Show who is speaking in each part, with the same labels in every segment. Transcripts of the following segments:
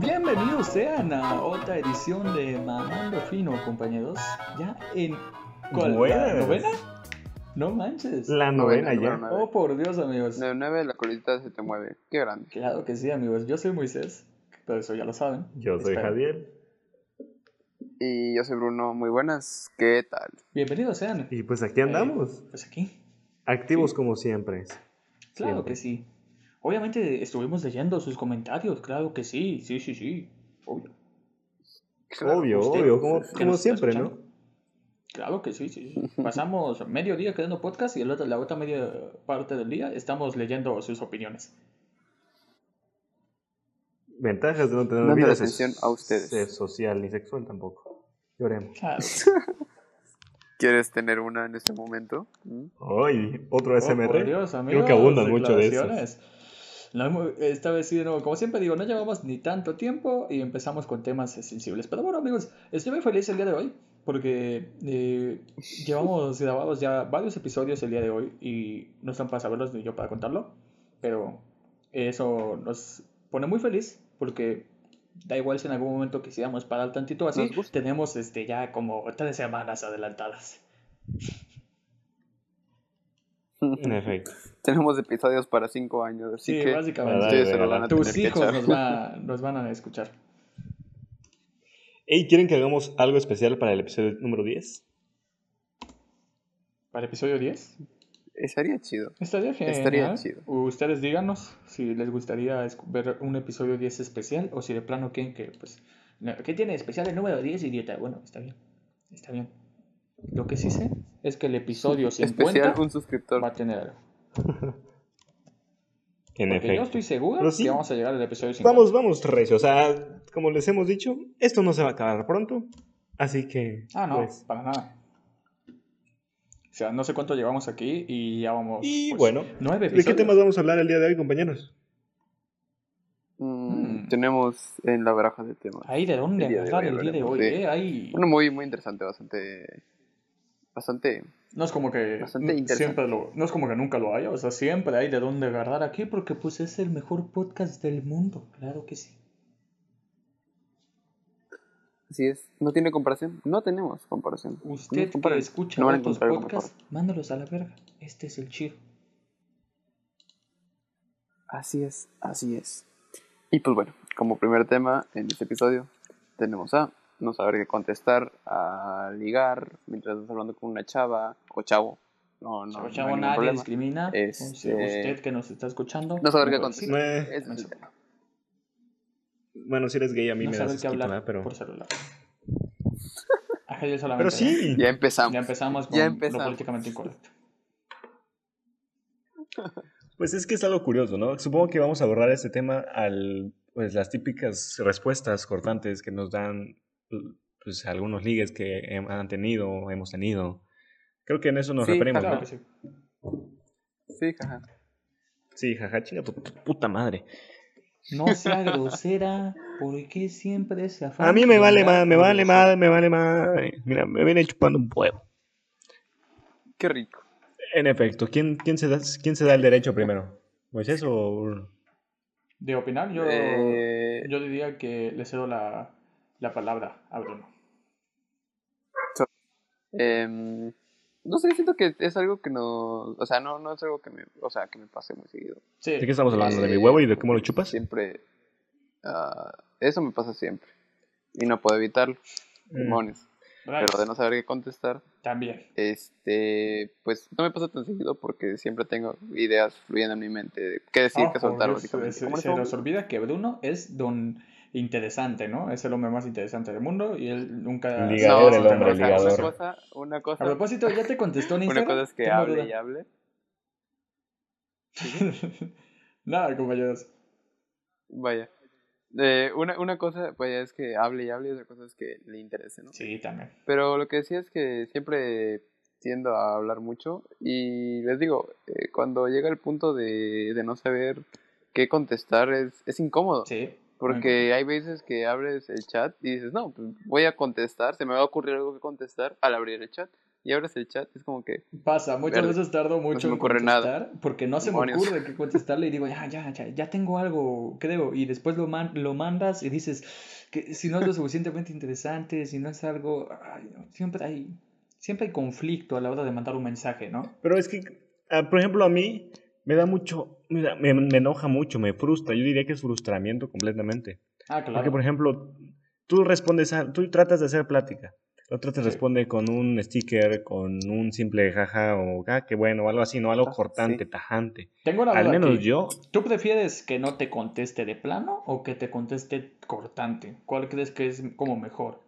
Speaker 1: Bienvenidos sean a otra edición de Mamando Fino, compañeros. Ya en. ¿Cuál? ¿La
Speaker 2: Buenas.
Speaker 1: novena? No manches.
Speaker 2: La novena
Speaker 3: Novena,
Speaker 2: ya.
Speaker 3: novena.
Speaker 1: Oh, por Dios, amigos.
Speaker 3: De 9 la colita se te mueve. Qué grande.
Speaker 1: Claro que sí, amigos. Yo soy Moisés, pero eso ya lo saben.
Speaker 2: Yo soy
Speaker 1: Espero.
Speaker 2: Javier.
Speaker 3: Y yo soy Bruno. Muy buenas. ¿Qué tal?
Speaker 1: Bienvenidos sean.
Speaker 2: Y pues aquí andamos,
Speaker 1: Pues aquí.
Speaker 2: activos como siempre.
Speaker 1: Claro
Speaker 2: Siempre.
Speaker 1: que sí. Obviamente estuvimos leyendo sus comentarios, claro que sí, sí, sí, sí. Obvio.
Speaker 3: Claro,
Speaker 2: obvio,
Speaker 3: usted,
Speaker 2: obvio, como,
Speaker 3: que
Speaker 2: como
Speaker 1: nos está
Speaker 2: siempre, ¿no?
Speaker 1: escuchando. Claro que sí, sí. sí. Pasamos medio día creando podcast y el otro- la otra media parte del día estamos leyendo sus opiniones.
Speaker 2: Ventajas de no tener
Speaker 3: Dando
Speaker 2: vida
Speaker 3: la atención a ustedes.
Speaker 2: se- social ni sexual tampoco. Lloremos.
Speaker 1: Claro.
Speaker 3: ¿Quieres tener una en este momento? ¿Mm?
Speaker 2: Ay, otro
Speaker 1: Oh, por
Speaker 2: SMR.
Speaker 1: Dios, amigos,
Speaker 2: Creo que abundan mucho de esos.
Speaker 1: declaraciones. No hemos- esta vez sí, de nuevo, como siempre digo, no llevamos ni tanto tiempo y empezamos con temas eh, sensibles. Pero bueno, amigos, estoy muy feliz el día de hoy porque eh, llevamos grabados ya varios episodios el día de hoy y no están para saberlos ni yo para contarlo. Pero eso nos pone muy feliz porque da igual si en algún momento quisiéramos parar tantito así,
Speaker 3: Nos gusta.
Speaker 1: tenemos este, ya como tres semanas adelantadas.
Speaker 2: En efecto.
Speaker 3: Tenemos episodios para 5 años, así
Speaker 1: Sí,
Speaker 3: que
Speaker 1: básicamente.
Speaker 3: ustedes se lo van a
Speaker 1: Tus
Speaker 3: tener que
Speaker 1: hijos
Speaker 3: echar.
Speaker 1: nos, va- nos van a escuchar.
Speaker 2: Ey, ¿quieren que hagamos algo especial para el episodio número 10?
Speaker 1: ¿Para episodio 10?
Speaker 3: Estaría Eh, chido.
Speaker 1: Estaría genial.
Speaker 3: Estaría chido.
Speaker 1: Ustedes díganos si les gustaría escu- ver un episodio 10 especial o si de plano quieren que, pues... no, ¿Qué tiene de especial el número 10, idiota? Bueno, está bien. Está bien. Lo que sí sé es que el episodio 50
Speaker 3: Especial un
Speaker 1: va
Speaker 3: suscriptor.
Speaker 1: a tener algo. Porque
Speaker 2: En
Speaker 1: yo
Speaker 2: efecto.
Speaker 1: estoy seguro
Speaker 2: Pero sí.
Speaker 1: que vamos a llegar al episodio 50.
Speaker 2: Vamos, vamos, recio. O sea, como les hemos dicho, esto no se va a acabar pronto. Así que.
Speaker 1: Ah, no,
Speaker 2: pues,
Speaker 1: para nada. O sea, no sé cuánto llevamos aquí y ya vamos...
Speaker 2: Y
Speaker 1: pues,
Speaker 2: bueno,
Speaker 1: Nueve
Speaker 2: ¿de
Speaker 1: episodios.
Speaker 2: qué temas vamos a hablar el día de hoy, compañeros?
Speaker 3: Mm,
Speaker 1: Mm.
Speaker 3: Tenemos en la baraja de temas.
Speaker 1: Ahí de dónde
Speaker 3: El día de
Speaker 1: agarrar
Speaker 3: hoy
Speaker 1: el día de
Speaker 3: hablaremos
Speaker 1: hoy,
Speaker 3: de-
Speaker 1: ¿eh? Ahí
Speaker 3: Uno muy, muy interesante, bastante. Bastante.
Speaker 1: no es como que
Speaker 3: Bastante
Speaker 1: nu-
Speaker 3: interesante.
Speaker 1: siempre lo, no es como que nunca lo haya, o sea, siempre hay de dónde agarrar aquí porque pues es el mejor podcast del mundo, claro que sí.
Speaker 3: Así es. ¿No tiene comparación? No tenemos comparación.
Speaker 1: Usted que
Speaker 3: comparen,
Speaker 1: escucha
Speaker 3: no van a
Speaker 1: otros
Speaker 3: encontrar algo
Speaker 1: podcasts, mándalos a la verga. Este es el chido.
Speaker 3: Así es, así es. Y pues bueno, como primer tema en este episodio, tenemos a no saber qué contestar, a ligar mientras estás hablando con una chava o chavo. No, no,
Speaker 1: Chavo,
Speaker 3: no hay
Speaker 1: chavo,
Speaker 3: ningún
Speaker 1: nadie
Speaker 3: problema.
Speaker 1: discrimina.
Speaker 3: Es,
Speaker 1: O sea,
Speaker 3: eh,
Speaker 1: usted que nos está escuchando.
Speaker 3: no saber qué
Speaker 1: puede
Speaker 3: contestar.
Speaker 1: decir,
Speaker 2: Eh,
Speaker 3: Ese es el
Speaker 1: Menso.
Speaker 3: tema.
Speaker 2: bueno, si eres gay, a mí
Speaker 1: no
Speaker 2: me
Speaker 1: saber
Speaker 2: das
Speaker 1: qué
Speaker 2: asquito,
Speaker 1: hablar
Speaker 2: ¿verdad? pero,
Speaker 1: por celular. A Javier solamente.
Speaker 2: pero sí.
Speaker 3: Ya empezamos.
Speaker 1: Ya empezamos con
Speaker 3: Ya
Speaker 1: lo
Speaker 3: empezamos.
Speaker 1: políticamente incorrecto.
Speaker 2: Pues es que es algo curioso, ¿no? Supongo que vamos a abordar este tema al, pues, las típicas respuestas cortantes que nos dan, pues, algunos ligues que hem- han tenido, o hemos tenido. Creo que en eso nos
Speaker 3: Sí,
Speaker 2: referimos,
Speaker 1: Claro
Speaker 2: ¿no?
Speaker 1: que sí.
Speaker 3: Sí, jaja.
Speaker 2: Sí, jaja, chinga tu puta madre.
Speaker 1: No sea grosera, porque siempre se afana.
Speaker 2: A mí me vale madre, me vale madre, me vale madre. Mira, me viene chupando un huevo.
Speaker 3: Qué rico.
Speaker 2: En efecto, ¿quién, quién, se, da, quién se da el derecho primero? ¿Moisés o Bruno?
Speaker 1: De opinar, yo,
Speaker 3: Eh,
Speaker 1: yo diría que le cedo la, la palabra a Bruno.
Speaker 3: em, no sé, siento que es algo que no. O sea, no, no es algo que me, o sea, que me pase muy seguido.
Speaker 1: Sí, Eh,
Speaker 2: ¿De qué estamos hablando? ¿De mi huevo y de cómo lo chupas?
Speaker 3: Siempre. ah, eso me pasa siempre. Y no puedo evitarlo.
Speaker 2: Mm.
Speaker 3: Demonios.
Speaker 1: Brian,
Speaker 3: pero de no saber qué contestar,
Speaker 1: también.
Speaker 3: este, pues no me pasa tan seguido porque siempre tengo ideas fluyendo en mi mente de qué decir,
Speaker 1: Ah,
Speaker 3: qué soltar,
Speaker 1: por Dios,
Speaker 3: básicamente.
Speaker 1: se,
Speaker 3: Como
Speaker 1: se
Speaker 3: eso-
Speaker 1: nos olvida que Bruno es don interesante, ¿no? Es el hombre más interesante del mundo y él nunca...
Speaker 2: Ligador,
Speaker 3: No,
Speaker 2: el
Speaker 3: o sea,
Speaker 2: hombre,
Speaker 3: una
Speaker 2: ligador.
Speaker 3: cosa- Una cosa,
Speaker 1: A
Speaker 3: una cosa,
Speaker 1: propósito, ya te contestó en Instagram.
Speaker 3: es que
Speaker 1: Tengo
Speaker 3: hable
Speaker 1: duda.
Speaker 3: y hable.
Speaker 1: Nada, compañeros.
Speaker 3: Vaya. Eh, una, una cosa, vaya, es que hable y hable y otra cosa es que le interese, ¿no?
Speaker 1: Sí, también.
Speaker 3: Pero lo que decía es que siempre tiendo a hablar mucho y les digo, eh, cuando llega el punto de, de no saber qué contestar es, es incómodo.
Speaker 1: Sí.
Speaker 3: Porque hay veces que abres el chat y dices, no, pues voy a contestar, se me va a ocurrir algo que contestar al abrir el chat. y abres el chat, es como que.
Speaker 1: Pasa, muchas
Speaker 3: Verde.
Speaker 1: veces tardo mucho
Speaker 3: se me
Speaker 1: en
Speaker 3: ocurre
Speaker 1: contestar
Speaker 3: nada.
Speaker 1: porque no se
Speaker 3: Demonios.
Speaker 1: me ocurre que contestarle y digo, ya, ya, ya, ya tengo algo, creo, y después lo, man- lo mandas y dices que si no es lo suficientemente interesante, si no es algo, ay, no, siempre hay siempre hay conflicto a la hora de mandar un mensaje, ¿no?
Speaker 2: Pero es que, ah, por ejemplo, a mí me da mucho, me, da- me- me enoja mucho, me frustra. Yo diría que es frustramiento completamente.
Speaker 1: Ah,
Speaker 2: Porque,
Speaker 1: claro.
Speaker 2: por ejemplo, tú respondes, a- tú tratas de hacer plática. El otro te
Speaker 1: Sí.
Speaker 2: responde con un sticker, con un simple jaja o ah, qué bueno, o algo así, no algo
Speaker 3: Ah,
Speaker 2: cortante,
Speaker 3: sí.
Speaker 2: tajante.
Speaker 1: Tengo una
Speaker 2: Al
Speaker 1: duda
Speaker 2: menos
Speaker 1: aquí.
Speaker 2: yo,
Speaker 1: ¿Tú prefieres que no te conteste de plano o que te conteste cortante? ¿Cuál crees que es como mejor?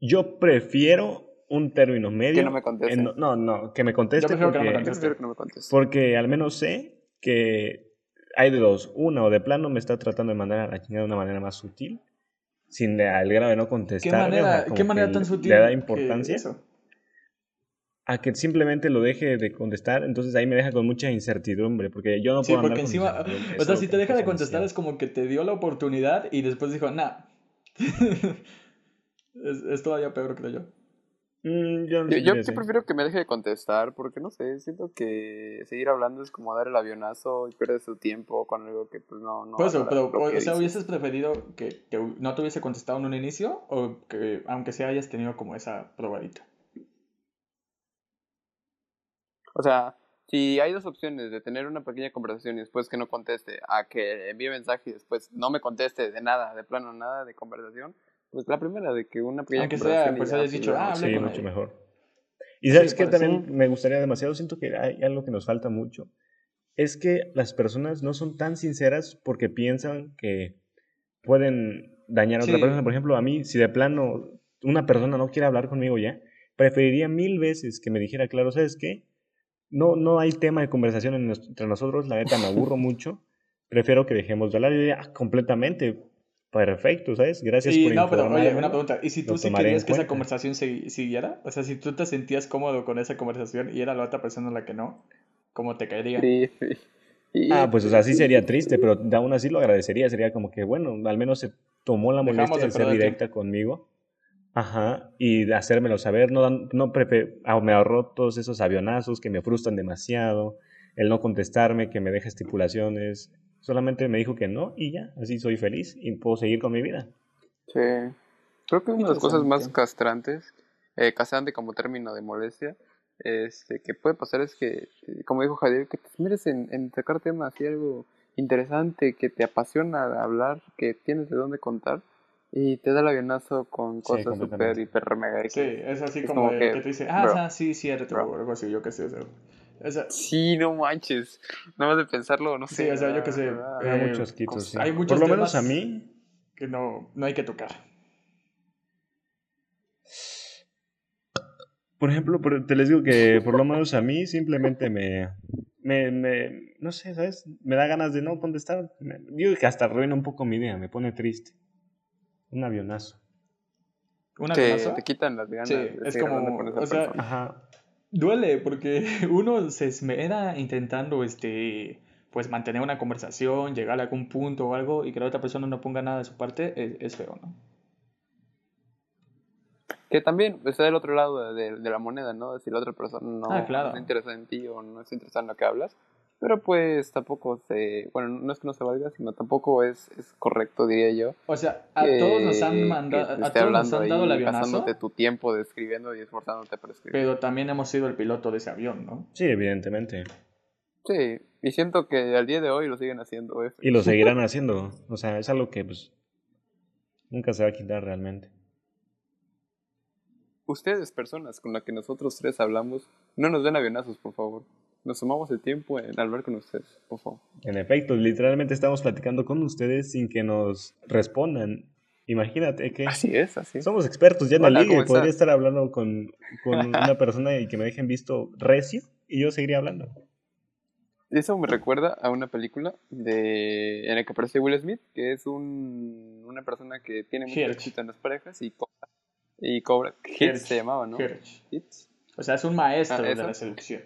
Speaker 2: yo prefiero un término medio.
Speaker 3: no me conteste.
Speaker 2: en- no, no, que me conteste
Speaker 1: Yo prefiero que no
Speaker 2: porque,
Speaker 1: me
Speaker 3: Yo
Speaker 1: conteste.
Speaker 3: prefiero que no me contestes.
Speaker 2: porque al menos sé que hay de dos. Una, o de plano me está tratando de mandar a la chingada de una manera más sutil, sin al grado de no
Speaker 1: ¿Qué
Speaker 2: contestar.
Speaker 1: manera, qué manera tan sutil
Speaker 2: Le da
Speaker 1: que
Speaker 2: importancia.
Speaker 1: eso?
Speaker 2: a que simplemente lo deje de contestar, entonces ahí me deja con mucha incertidumbre, porque yo no
Speaker 1: Sí,
Speaker 2: puedo andar
Speaker 1: porque
Speaker 2: con
Speaker 1: encima,
Speaker 2: incertidumbre,
Speaker 1: o
Speaker 2: eso
Speaker 1: sea,
Speaker 2: es
Speaker 1: si
Speaker 2: lo
Speaker 1: te
Speaker 2: que
Speaker 1: deja de
Speaker 2: pasa
Speaker 1: contestar
Speaker 2: demasiado.
Speaker 1: es como que te dio la oportunidad y después dijo, nah. es, es todavía peor, creo yo.
Speaker 2: Mm, yo,
Speaker 3: Yo, yo
Speaker 2: yo
Speaker 3: sí
Speaker 2: sé.
Speaker 3: prefiero que me deje de contestar, porque no sé, siento que seguir hablando es como dar el avionazo y pierdes su tiempo con algo que pues no, no
Speaker 1: Por eso,
Speaker 3: valora
Speaker 1: pero,
Speaker 3: lo
Speaker 1: o,
Speaker 3: que
Speaker 1: o sea,
Speaker 3: dices.
Speaker 1: ¿hubieses preferido que te hu- no te hubiese contestado en un inicio o que, aunque sea, hayas tenido como esa probadita?
Speaker 3: O sea, si hay dos opciones de tener una pequeña conversación y después que no conteste, a que envíe mensaje y después no me conteste de nada, de plano nada de conversación, pues la primera de que una pequeña
Speaker 1: Aunque sea,
Speaker 3: conversación
Speaker 1: pues, hayas
Speaker 3: y ya, pues,
Speaker 1: dicho,
Speaker 3: ya
Speaker 1: "Ah,
Speaker 3: no
Speaker 1: hablé
Speaker 3: sé".
Speaker 2: Sí,
Speaker 1: con
Speaker 2: mucho
Speaker 1: él.
Speaker 2: mejor. Y
Speaker 1: Sí,
Speaker 2: sabes que
Speaker 1: por
Speaker 2: también
Speaker 1: eso.
Speaker 2: me gustaría demasiado, siento que hay algo que nos falta mucho, es que las personas no son tan sinceras porque piensan que pueden dañar a otra
Speaker 1: Sí.
Speaker 2: persona. Por ejemplo, a mí, si de plano una persona no quiere hablar conmigo ya, preferiría mil veces que me dijera, claro, ¿sabes qué? No, no hay tema de conversación en nos- entre nosotros, la neta me aburro mucho, prefiero que dejemos de hablar. Y yo diría, "Ah, completamente, perfecto, ¿sabes? Gracias
Speaker 1: Y
Speaker 2: por
Speaker 1: no, pero oye, una
Speaker 2: informarme.
Speaker 1: pregunta. ¿Y si
Speaker 2: Lo
Speaker 1: tú sí
Speaker 2: tomaré en
Speaker 1: querías que esa
Speaker 2: cuenta.
Speaker 1: conversación segui- siguiera? O sea, si tú te sentías cómodo con esa conversación y era la otra persona la que no, ¿cómo te caería?
Speaker 3: Sí, sí. Y-
Speaker 2: Ah, pues o sea, sí sería triste, pero aún así lo agradecería. Sería como que, bueno, al menos se tomó la
Speaker 1: Dejamos
Speaker 2: molestia
Speaker 1: de
Speaker 2: de ser
Speaker 1: perder el tiempo.
Speaker 2: directa conmigo. Ajá, y de hacérmelo saber. No, dan- no prefe- ah, me ahorró todos esos avionazos que me frustran demasiado. El no contestarme, que me deja estipulaciones. Solamente me dijo que no y ya, así soy feliz y puedo seguir con mi vida.
Speaker 3: Sí. Creo que una de las cosas más
Speaker 1: Interesante.
Speaker 3: castrantes, eh, castrante como término de molestia, este, que puede pasar es que, eh, como dijo Javier, que te mires en, en sacar temas y algo interesante, que te apasiona hablar, que tienes de dónde contar, y te da el avionazo con cosas súper,
Speaker 2: completamente.
Speaker 3: hiper, mega
Speaker 1: Sí,
Speaker 3: X.
Speaker 1: es así
Speaker 3: Es
Speaker 1: como
Speaker 3: como
Speaker 1: de
Speaker 3: que,
Speaker 1: que te dice, ah,
Speaker 3: bro,
Speaker 1: o sea, sí, cierto,
Speaker 3: bro.
Speaker 1: o algo así, yo qué sé. O sea, o sea,
Speaker 3: Sí, no manches. Nada más de pensarlo, no sé.
Speaker 1: Sí, o sea, yo
Speaker 3: ah,
Speaker 1: qué sé.
Speaker 3: ah,
Speaker 2: Me da
Speaker 1: eh,
Speaker 2: muchos quitos,
Speaker 1: cos-
Speaker 2: sí.
Speaker 1: Hay
Speaker 2: Por
Speaker 1: muchos
Speaker 2: lo menos a
Speaker 1: temas
Speaker 2: mí,
Speaker 1: que no, no hay que tocar.
Speaker 2: Por ejemplo, por- te les digo que por lo menos a mí simplemente me, me, me- no sé, ¿sabes? Me da ganas de no contestar. Me- digo que hasta arruina un poco mi idea, me pone triste. Un avionazo.
Speaker 1: ¿Un
Speaker 3: te,
Speaker 1: avionazo?
Speaker 3: te quitan las ganas
Speaker 1: Sí,
Speaker 3: de
Speaker 1: es
Speaker 3: seguir hablando con
Speaker 1: como,
Speaker 3: esa
Speaker 1: o sea,
Speaker 3: persona.
Speaker 2: Ajá.
Speaker 1: duele porque uno se esmera intentando, este, pues mantener una conversación, llegar a algún punto o algo y que la otra persona no ponga nada de su parte, es, es feo, ¿no?
Speaker 3: Que también está del otro lado de, de la moneda, ¿no? Si la otra persona no,
Speaker 1: Ah,
Speaker 3: no
Speaker 1: claro.
Speaker 3: está interesada en ti o no está interesada en lo que hablas. Pero pues tampoco se... Bueno, no es que no se valga, sino tampoco es, es correcto, diría yo.
Speaker 1: O sea, a
Speaker 3: Que,
Speaker 1: todos nos han
Speaker 3: que te
Speaker 1: mandado, a
Speaker 3: esté
Speaker 1: todos nos
Speaker 3: hablando
Speaker 1: han dado el
Speaker 3: ahí,
Speaker 1: avionazo,
Speaker 3: gastándote tu tiempo describiendo y esforzándote por escribir.
Speaker 1: pero también hemos sido el piloto de ese avión, ¿no?
Speaker 2: Sí, evidentemente.
Speaker 3: Sí, y siento que al día de hoy lo siguen haciendo, ¿eh? F.
Speaker 2: Y lo seguirán haciendo. O sea, es algo que pues nunca se va a quitar realmente.
Speaker 3: Ustedes, personas con las que nosotros tres hablamos, no nos den avionazos, por favor. Nos tomamos el tiempo en hablar con ustedes, por favor.
Speaker 2: En efecto, literalmente estamos platicando con ustedes sin que nos respondan. Imagínate que...
Speaker 3: Así es, así es.
Speaker 2: Somos expertos ya en la
Speaker 3: Hola,
Speaker 2: liga y
Speaker 3: ¿cómo
Speaker 2: podría
Speaker 3: estás?
Speaker 2: estar hablando con, con una persona y que me dejen visto recio y yo seguiría hablando.
Speaker 3: Eso me recuerda a una película de en la que aparece Will Smith, que es un, una persona que tiene mucho
Speaker 1: Hirsch.
Speaker 3: éxito en las parejas y cobra, y cobra Hitch se
Speaker 1: Hirsch,
Speaker 3: llamaba, ¿no?
Speaker 1: Hirsch.
Speaker 3: Hitch.
Speaker 1: O sea, es un maestro
Speaker 3: Ah,
Speaker 1: de
Speaker 3: ¿eso?
Speaker 1: la seducción.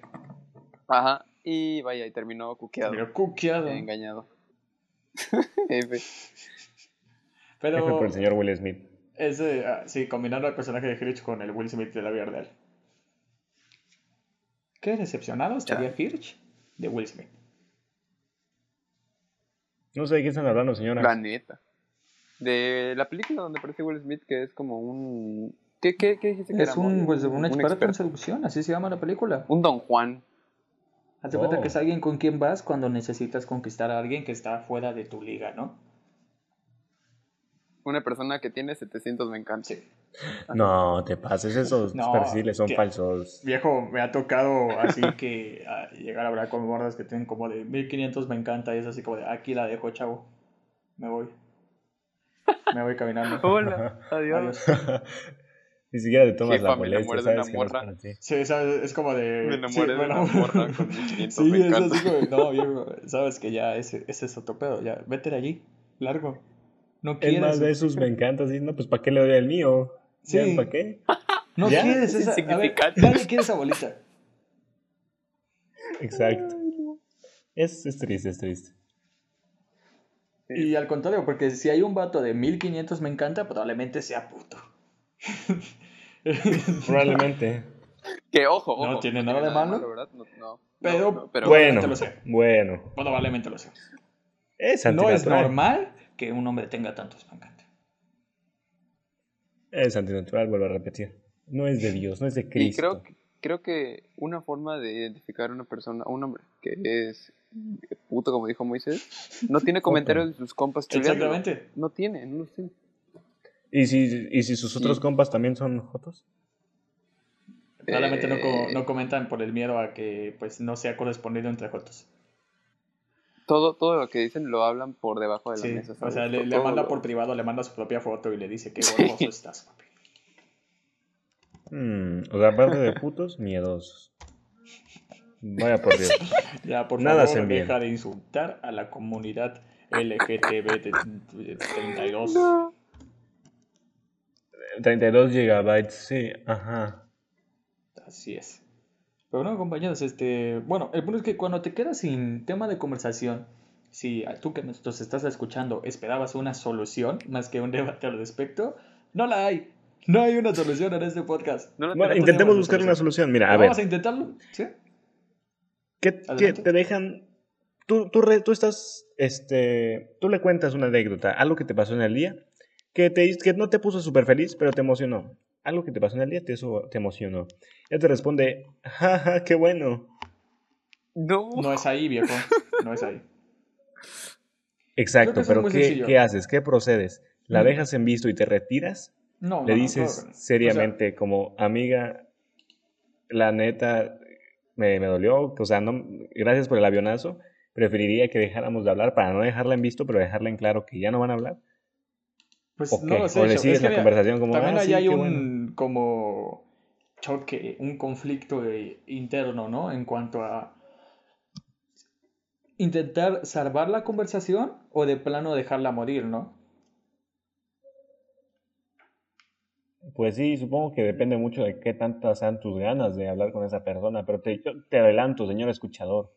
Speaker 3: Ajá. Y vaya, y terminó cuqueado,
Speaker 1: Pero cuqueado.
Speaker 3: engañado. F.
Speaker 2: F por
Speaker 1: Pero
Speaker 2: el señor Will Smith.
Speaker 1: Ese, ah, sí, combinando el personaje de Hitch con el Will Smith de la vida real. Qué decepcionado estaría Hirsch de Will Smith.
Speaker 2: No sé de qué están hablando, señora.
Speaker 3: La neta. De la película donde aparece Will Smith, que es como un. ¿Qué, qué, qué dijiste que
Speaker 1: Es
Speaker 3: era?
Speaker 1: un, pues, un experto en seducción, así se llama la película.
Speaker 3: Un Don Juan.
Speaker 1: Hazte cuenta
Speaker 2: Oh.
Speaker 1: que es alguien con quien vas cuando necesitas conquistar a alguien que está fuera de tu liga, ¿no?
Speaker 3: Una persona que tiene 700 me encanta.
Speaker 1: Sí.
Speaker 2: No, te pases, esos
Speaker 1: No,
Speaker 2: perfiles son
Speaker 1: tía.
Speaker 2: falsos.
Speaker 1: Viejo, me ha tocado así que ah, llegar a hablar con gordas que tienen como de 1500 me encanta y es así como de aquí la dejo, chavo. Me voy. Me voy
Speaker 3: Oh,
Speaker 1: caminando.
Speaker 3: Hola, adiós.
Speaker 1: Adiós.
Speaker 2: Ni siquiera te tomas
Speaker 3: Jefa,
Speaker 2: la
Speaker 3: me
Speaker 2: molestia,
Speaker 3: enamoré de una
Speaker 2: sabes que no es
Speaker 3: morra.
Speaker 2: para ti.
Speaker 1: Sí, ¿sabes? es como de.
Speaker 3: Me
Speaker 1: sí,
Speaker 3: enamoré de
Speaker 1: bueno.
Speaker 3: una morra con 1500
Speaker 1: Sí,
Speaker 3: me
Speaker 1: es
Speaker 3: encanta.
Speaker 1: así como, no, viejo, sabes que ya ese, ese es otro pedo, ya, vete de allí, largo. No
Speaker 2: Es
Speaker 1: quieres.
Speaker 2: más de sus me encanta, así, no, pues ¿para qué le doy el mío? ¿Ya
Speaker 1: Sí.
Speaker 2: para qué?
Speaker 1: No
Speaker 2: ¿Ya?
Speaker 1: quieres
Speaker 3: Es
Speaker 1: esa. a ver,
Speaker 3: insignificante.
Speaker 1: nadie quiere esa bolita.
Speaker 2: Exacto. Es, es triste, es triste.
Speaker 1: Y al contrario, porque si hay un vato de 1500 me encanta, probablemente sea puto.
Speaker 2: Probablemente.
Speaker 3: Que ojo, ojo.
Speaker 1: No tiene nada de malo.
Speaker 3: ¿verdad? No, no.
Speaker 1: Pero- pues,
Speaker 3: No, no, pero
Speaker 1: Probablemente
Speaker 2: Bueno,
Speaker 1: lo sea.
Speaker 2: bueno.
Speaker 1: Probablemente lo sea.
Speaker 2: Es
Speaker 1: No es
Speaker 2: antinatural.
Speaker 1: normal que un hombre tenga tantos me encanta.
Speaker 2: es antinatural, vuelvo a repetir. No es de Dios, no es de
Speaker 3: Y
Speaker 2: Cristo.
Speaker 3: creo, que- creo que una forma de identificar a una persona, a un hombre que es puto, como dijo Moisés, no tiene comentarios de sus compas chuleándolo.
Speaker 1: Exactamente.
Speaker 3: No tiene, no los tiene.
Speaker 2: ¿Y, si, ¿Y si sus
Speaker 3: Sí.
Speaker 2: otros compas también son jotos?
Speaker 1: Probablemente no, co-
Speaker 3: Eh,
Speaker 1: no comentan por el miedo a que pues no sea correspondido entre jotos.
Speaker 3: Todo, todo lo que dicen lo hablan por debajo de la
Speaker 1: Sí,
Speaker 3: mesa.
Speaker 1: o
Speaker 3: ¿sabes?
Speaker 1: sea, le,
Speaker 3: Todo-
Speaker 1: le manda
Speaker 3: todo
Speaker 1: por
Speaker 3: lo-
Speaker 1: privado, le manda su propia foto y le dice qué gorgoso estás, papi.
Speaker 2: Mm, o sea, aparte de putos, miedosos. Vaya por Dios.
Speaker 1: Ya, por
Speaker 2: Nada
Speaker 1: favor,
Speaker 2: hacen bien.
Speaker 1: deja de insultar a la comunidad LGTB de 32.
Speaker 2: 32 gigabytes, sí, ajá.
Speaker 1: Así es. Pero bueno, compañeros, este, bueno, el punto es que cuando te quedas sin tema de conversación, si a- tú que nos estás escuchando esperabas una solución más que un debate al respecto, no la hay. No hay una solución en este podcast.
Speaker 3: No lo
Speaker 2: Bueno,
Speaker 3: tenemos.
Speaker 2: intentemos
Speaker 1: una
Speaker 2: buscar una solución. Mira, a ver.
Speaker 1: Vamos a intentarlo, ¿sí?
Speaker 2: ¿Qué, qué
Speaker 1: Adelante.
Speaker 2: te dejan? Tú, tú, re- tú estás, este, tú le cuentas una anécdota, algo que te pasó en el día, que, te, hiz- que no te puso súper feliz, pero te emocionó. Algo que te pasó en el día, te, eso te emocionó. Él te responde, jaja, qué bueno.
Speaker 3: No.
Speaker 1: No es ahí, viejo. No es ahí.
Speaker 2: Exacto,
Speaker 1: eso es
Speaker 2: pero
Speaker 1: muy
Speaker 2: ¿qué,
Speaker 1: sencillo.
Speaker 2: qué haces? ¿Qué procedes? ¿La
Speaker 1: Mm.
Speaker 2: dejas en visto y te retiras?
Speaker 1: No,
Speaker 2: ¿Le
Speaker 1: no, no,
Speaker 2: dices
Speaker 1: claro que no. O sea,
Speaker 2: seriamente como, amiga, la neta, me, me dolió, o sea, no, gracias por el avionazo, preferiría que dejáramos de hablar para no dejarla en visto, pero dejarla en claro que ya no van a hablar?
Speaker 1: pues
Speaker 2: ¿O
Speaker 1: no
Speaker 2: qué?
Speaker 1: lo sé.
Speaker 2: ¿O
Speaker 1: Shop.
Speaker 2: le
Speaker 1: Es
Speaker 2: sigues
Speaker 1: que
Speaker 2: la
Speaker 1: mira,
Speaker 2: conversación como,
Speaker 1: También
Speaker 2: ah,
Speaker 1: ahí
Speaker 2: sí,
Speaker 1: hay
Speaker 2: qué
Speaker 1: un
Speaker 2: bueno?
Speaker 1: como choque, un conflicto eh, interno, ¿no? En cuanto a intentar salvar la conversación o de plano dejarla morir, ¿no?
Speaker 2: Pues sí, supongo que depende mucho de qué tantas sean tus ganas de hablar con esa persona, pero te, yo te adelanto, señor escuchador,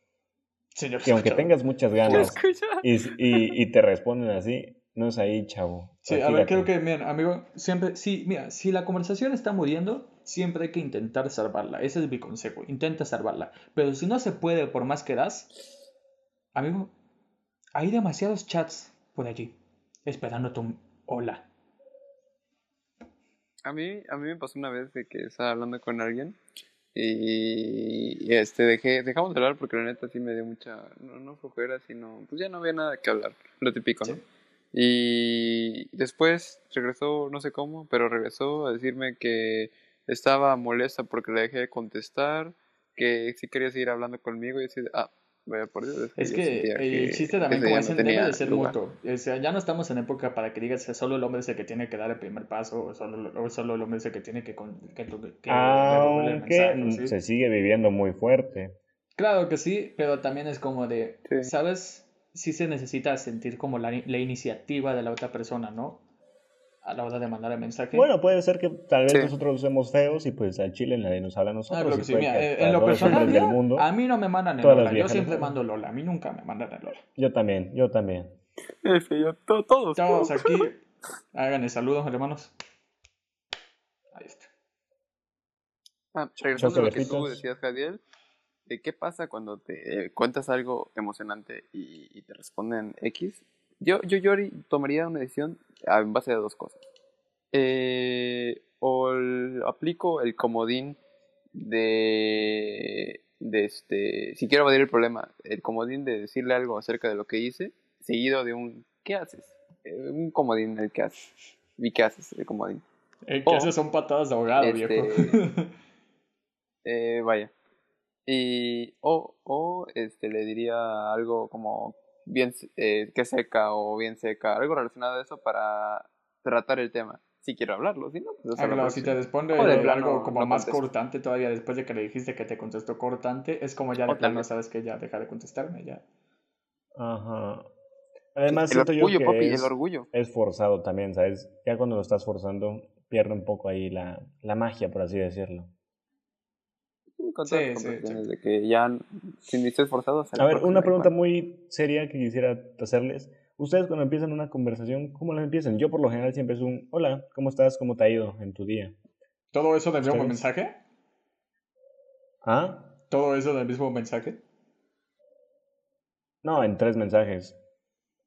Speaker 1: Señor
Speaker 2: que aunque
Speaker 1: escuchador.
Speaker 2: tengas muchas ganas
Speaker 3: Escucha.
Speaker 2: y, y, y te responden así, no es ahí, chavo.
Speaker 1: Sí, a ver, creo
Speaker 2: retírate.
Speaker 1: que, miren, amigo, siempre, sí, mira, si la conversación está muriendo, siempre hay que intentar salvarla. Ese es mi consejo, intenta salvarla. Pero si no se puede, por más que das, amigo, hay demasiados chats por allí, esperando tu hola.
Speaker 3: A mí, a mí me pasó una vez de que estaba hablando con alguien y, y, este dejé, dejamos de hablar porque la neta sí me dio mucha, no, no flojera, sino, pues ya no había nada que hablar, lo típico, ¿no?
Speaker 1: Sí.
Speaker 3: Y después regresó, no sé cómo, pero regresó a decirme que estaba molesta porque le dejé de contestar, que sí quería seguir hablando conmigo y así, de, ah, vaya por Dios, es que
Speaker 1: Es
Speaker 3: yo
Speaker 1: que
Speaker 3: sentía
Speaker 1: eh,
Speaker 3: que
Speaker 1: existe también
Speaker 3: ese
Speaker 1: como
Speaker 3: día
Speaker 1: dicen,
Speaker 3: no
Speaker 1: debe
Speaker 3: tenía
Speaker 1: de ser
Speaker 3: lugar.
Speaker 1: mutuo. O sea, ya no estamos en época para que digas que solo el hombre es el que tiene que dar el primer paso o solo, o solo el hombre es el que tiene que, con- que, que- que
Speaker 2: Ah,
Speaker 3: Ah,
Speaker 1: devolver el
Speaker 2: Aunque
Speaker 3: Mm,
Speaker 1: mensaje, ¿sí?
Speaker 2: se sigue viviendo muy fuerte.
Speaker 1: Claro que sí, pero también es como de,
Speaker 3: Sí.
Speaker 1: ¿sabes? Sí se necesita sentir como la, la iniciativa de la otra persona, ¿no? A la hora de mandar el mensaje.
Speaker 2: Bueno, puede ser que tal vez
Speaker 3: Sí.
Speaker 2: nosotros seamos feos y pues al Chile nadie nos habla a
Speaker 1: Ah,
Speaker 2: nosotros.
Speaker 1: claro
Speaker 2: y
Speaker 1: que sí,
Speaker 2: puede
Speaker 1: mira,
Speaker 2: que
Speaker 1: eh,
Speaker 2: para
Speaker 1: en lo
Speaker 2: todos los
Speaker 1: personal,
Speaker 2: hombres del
Speaker 1: mira,
Speaker 2: mundo,
Speaker 1: a mí no me mandan el
Speaker 2: todas las
Speaker 1: Lola, yo
Speaker 2: viejas
Speaker 1: siempre
Speaker 2: nos-
Speaker 1: mando Lola, a mí nunca me mandan el Lola.
Speaker 2: yo también, yo también.
Speaker 3: Ese, yo, to-
Speaker 2: Pues
Speaker 3: todos,
Speaker 1: Todos aquí, hagan el saludo, hermanos. Ahí está.
Speaker 3: Ah, regresando a lo que tú
Speaker 2: Chocolatitos.
Speaker 3: decías, Jadiel, de qué pasa cuando te eh, cuentas algo emocionante y, y te responden X, yo, yo, yo ori- tomaría una decisión a- en base a dos cosas. Eh, o el- aplico el comodín de, de este, si quiero evadir el problema, el comodín de decirle algo acerca de lo que hice, seguido de un ¿qué haces? Eh, un comodín el qué haces. ¿Y qué haces? El comodín.
Speaker 1: El Eh,
Speaker 3: Oh.
Speaker 1: que hace son patadas de ahogado, viejo. Ah,
Speaker 3: Este, Eh, vaya. Y, o, o este, le diría algo como bien se- eh, que seca o bien seca, algo relacionado a eso para tratar el tema. Si quiero hablarlo, si no, pues hasta
Speaker 1: Ah,
Speaker 3: la
Speaker 1: claro, si te
Speaker 3: próxima.
Speaker 1: responde
Speaker 3: O de
Speaker 1: algo
Speaker 3: plano,
Speaker 1: como
Speaker 3: no
Speaker 1: más
Speaker 3: contesto.
Speaker 1: cortante todavía después de que le dijiste que te contestó cortante, es como ya de
Speaker 3: O tal
Speaker 1: plano
Speaker 3: vez.
Speaker 1: sabes que ya deja de contestarme, ya.
Speaker 2: Ajá. Además,
Speaker 3: El
Speaker 2: siento yo
Speaker 3: orgullo,
Speaker 2: que
Speaker 3: papi, el
Speaker 2: es,
Speaker 3: orgullo.
Speaker 2: es forzado también, ¿sabes? Ya cuando lo estás forzando, pierde un poco ahí la, la magia, por así decirlo.
Speaker 3: Sí, Con
Speaker 1: Sí,
Speaker 3: todas las
Speaker 1: sí,
Speaker 3: conversaciones
Speaker 1: exacto.
Speaker 3: de que ya, si ni estás forzado, hasta la
Speaker 2: A ver,
Speaker 3: próxima,
Speaker 2: una
Speaker 3: y
Speaker 2: pregunta
Speaker 3: bueno.
Speaker 2: muy seria que quisiera hacerles. Ustedes cuando empiezan una conversación, ¿cómo la empiezan? Yo por lo general siempre es un, hola, ¿cómo estás? ¿Cómo te ha ido en tu día?
Speaker 1: ¿Todo eso del mismo
Speaker 2: ¿Ustedes?
Speaker 1: mensaje?
Speaker 2: ¿Ah?
Speaker 1: ¿Todo eso del mismo mensaje?
Speaker 2: No, en tres mensajes.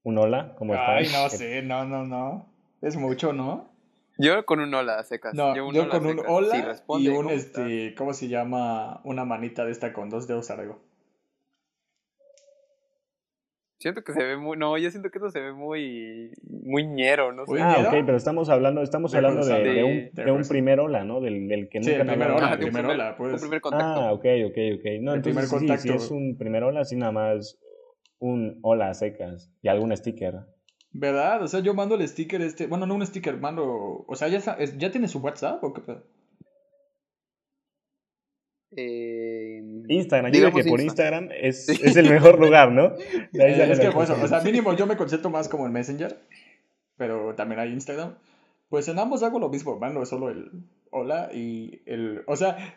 Speaker 2: Un hola, ¿cómo estás? Eh,
Speaker 1: Ay, no
Speaker 2: ¿Qué-
Speaker 1: sé, no, no, no. Es mucho, ¿no?
Speaker 3: Yo con un hola a secas.
Speaker 1: No,
Speaker 3: yo un
Speaker 1: yo
Speaker 3: hola a
Speaker 1: con un
Speaker 3: secas. Si
Speaker 1: hola y
Speaker 3: responde,
Speaker 1: un,
Speaker 3: ¿cómo estás?
Speaker 1: este, ¿cómo se llama? Una manita de esta con dos dedos arriba.
Speaker 3: Siento que se ve muy, no, yo siento que eso se ve muy, muy ñero, no
Speaker 1: Uy,
Speaker 3: sé.
Speaker 2: Ah,
Speaker 1: ¿Miedo?
Speaker 2: ok, pero estamos hablando, estamos
Speaker 1: De
Speaker 2: hablando de,
Speaker 1: cruzado.
Speaker 2: de
Speaker 3: De-
Speaker 2: un,
Speaker 1: de
Speaker 2: de un
Speaker 1: cruzado.
Speaker 2: primer hola, ¿no? Del, del que
Speaker 1: Sí,
Speaker 2: nunca
Speaker 1: el primer
Speaker 2: te ha hablado
Speaker 1: hola,
Speaker 3: Ajá,
Speaker 1: el
Speaker 3: de un
Speaker 2: nadie.
Speaker 1: primer
Speaker 3: primer,
Speaker 1: hola,
Speaker 3: un
Speaker 1: pues.
Speaker 3: Ah, primer contacto.
Speaker 2: Ah, ok, ok, ok. No,
Speaker 1: El primer
Speaker 2: entonces sí, sí, si es
Speaker 1: contacto.
Speaker 2: un primer hola, sí, nada más un hola a secas y algún sticker.
Speaker 1: ¿Verdad? O sea, yo mando el sticker este. Bueno, no un sticker, mando. O sea, ya, sa- es- ya tiene su WhatsApp o qué pedo?
Speaker 3: Eh,
Speaker 2: Instagram, yo digo
Speaker 3: digamos
Speaker 2: que por
Speaker 3: Insta.
Speaker 2: Instagram es,
Speaker 3: Sí.
Speaker 2: es el mejor lugar, ¿no? De ahí
Speaker 1: Eh,
Speaker 2: salen
Speaker 1: es que,
Speaker 2: las
Speaker 1: pues,
Speaker 2: cosas.
Speaker 1: o sea, mínimo yo me concentro más como en Messenger, pero también hay Instagram. Pues en ambos hago lo mismo, mando solo el hola y el. O sea,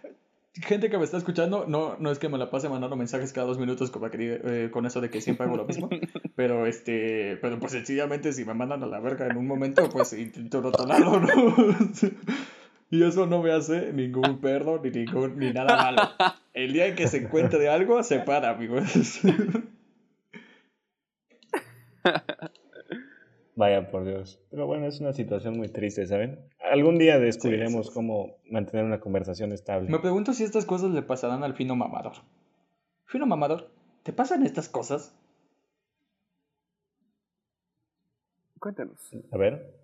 Speaker 1: gente que me está escuchando, no, no es que me la pase mandando mensajes cada dos minutos como que diga- eh, con eso de que siempre hago lo mismo, pero este. Pero pues sencillamente si me mandan a la verga en un momento, pues intento en otro lado, ¿no? Y eso no me hace ningún perro ni, ningún, ni nada malo. El día en que se encuentre algo, se para, amigos.
Speaker 2: Vaya, por Dios. Pero bueno, es una situación muy triste, ¿saben? Algún día descubriremos
Speaker 1: sí.
Speaker 2: cómo mantener una conversación estable.
Speaker 1: Me pregunto si estas cosas le pasarán al fino mamador. Fino mamador, ¿te pasan estas cosas?
Speaker 3: Cuéntanos.
Speaker 2: A ver.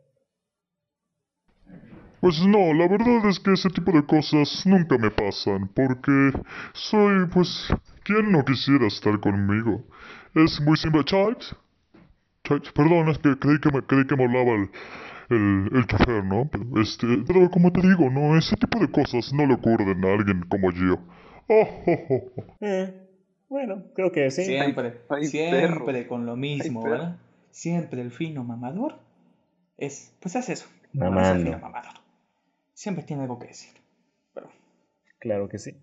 Speaker 4: Pues no, la verdad es que ese tipo de cosas nunca me pasan, porque soy, pues, ¿quién no quisiera estar conmigo? Es muy simple. Chives, Chives, perdón, es que creí que me, creí que me hablaba el, el, el chofer, ¿no? Pero, este, pero como te digo, no, ese tipo de cosas no le ocurren a alguien como yo. Oh, oh, oh, oh.
Speaker 2: Eh, bueno, creo que sí.
Speaker 1: Siempre,
Speaker 3: ay, perro.
Speaker 1: siempre con lo mismo,
Speaker 3: Ay, perro.
Speaker 1: ¿verdad? Siempre el fino mamador es, pues hace eso.
Speaker 2: Mamando.
Speaker 1: Mamás al fino mamador. Siempre tiene algo que decir. Pero,
Speaker 2: Claro que sí.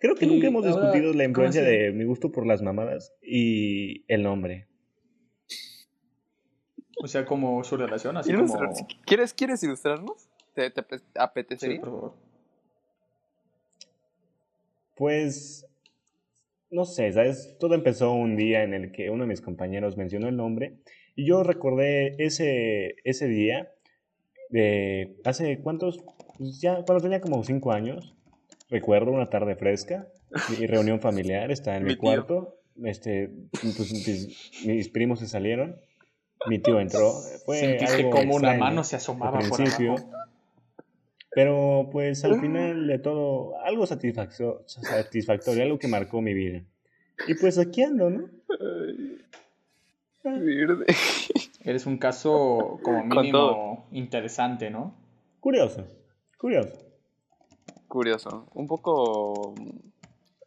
Speaker 2: Creo que
Speaker 1: Y
Speaker 2: nunca hemos
Speaker 1: ahora,
Speaker 2: discutido la
Speaker 1: ¿cómo
Speaker 2: influencia
Speaker 1: así?
Speaker 2: de mi gusto por las mamadas y el nombre.
Speaker 1: o sea, como su relación, así
Speaker 3: ¿Quieres,
Speaker 1: como...
Speaker 3: ¿quieres, quieres ilustrarnos? ¿Te, te ape-
Speaker 1: Sí,
Speaker 3: apetecería?
Speaker 1: por favor.
Speaker 2: Pues, no sé, ¿sabes? Todo empezó un día en el que uno de mis compañeros mencionó el nombre y yo recordé ese, ese día de hace cuántos, Pues ya cuando tenía como cinco años, recuerdo una tarde fresca y reunión familiar, estaba en mi,
Speaker 3: Mi tío.
Speaker 2: cuarto, este, pues, mis, mis primos se salieron, mi tío entró, fue
Speaker 1: Sentiste
Speaker 2: algo
Speaker 1: como una
Speaker 2: extraño
Speaker 1: mano se
Speaker 2: al
Speaker 1: asomaba por
Speaker 2: principio,
Speaker 1: abajo. Ah.
Speaker 2: pero pues al final de todo, algo satisfacto- satisfactorio, algo que marcó mi vida. Y pues aquí ando, ¿no?
Speaker 3: Ay, verde.
Speaker 1: Eres un caso como
Speaker 3: Con todo.
Speaker 1: mínimo interesante, ¿no?
Speaker 2: Curioso, curioso.
Speaker 3: Curioso. Un poco mm,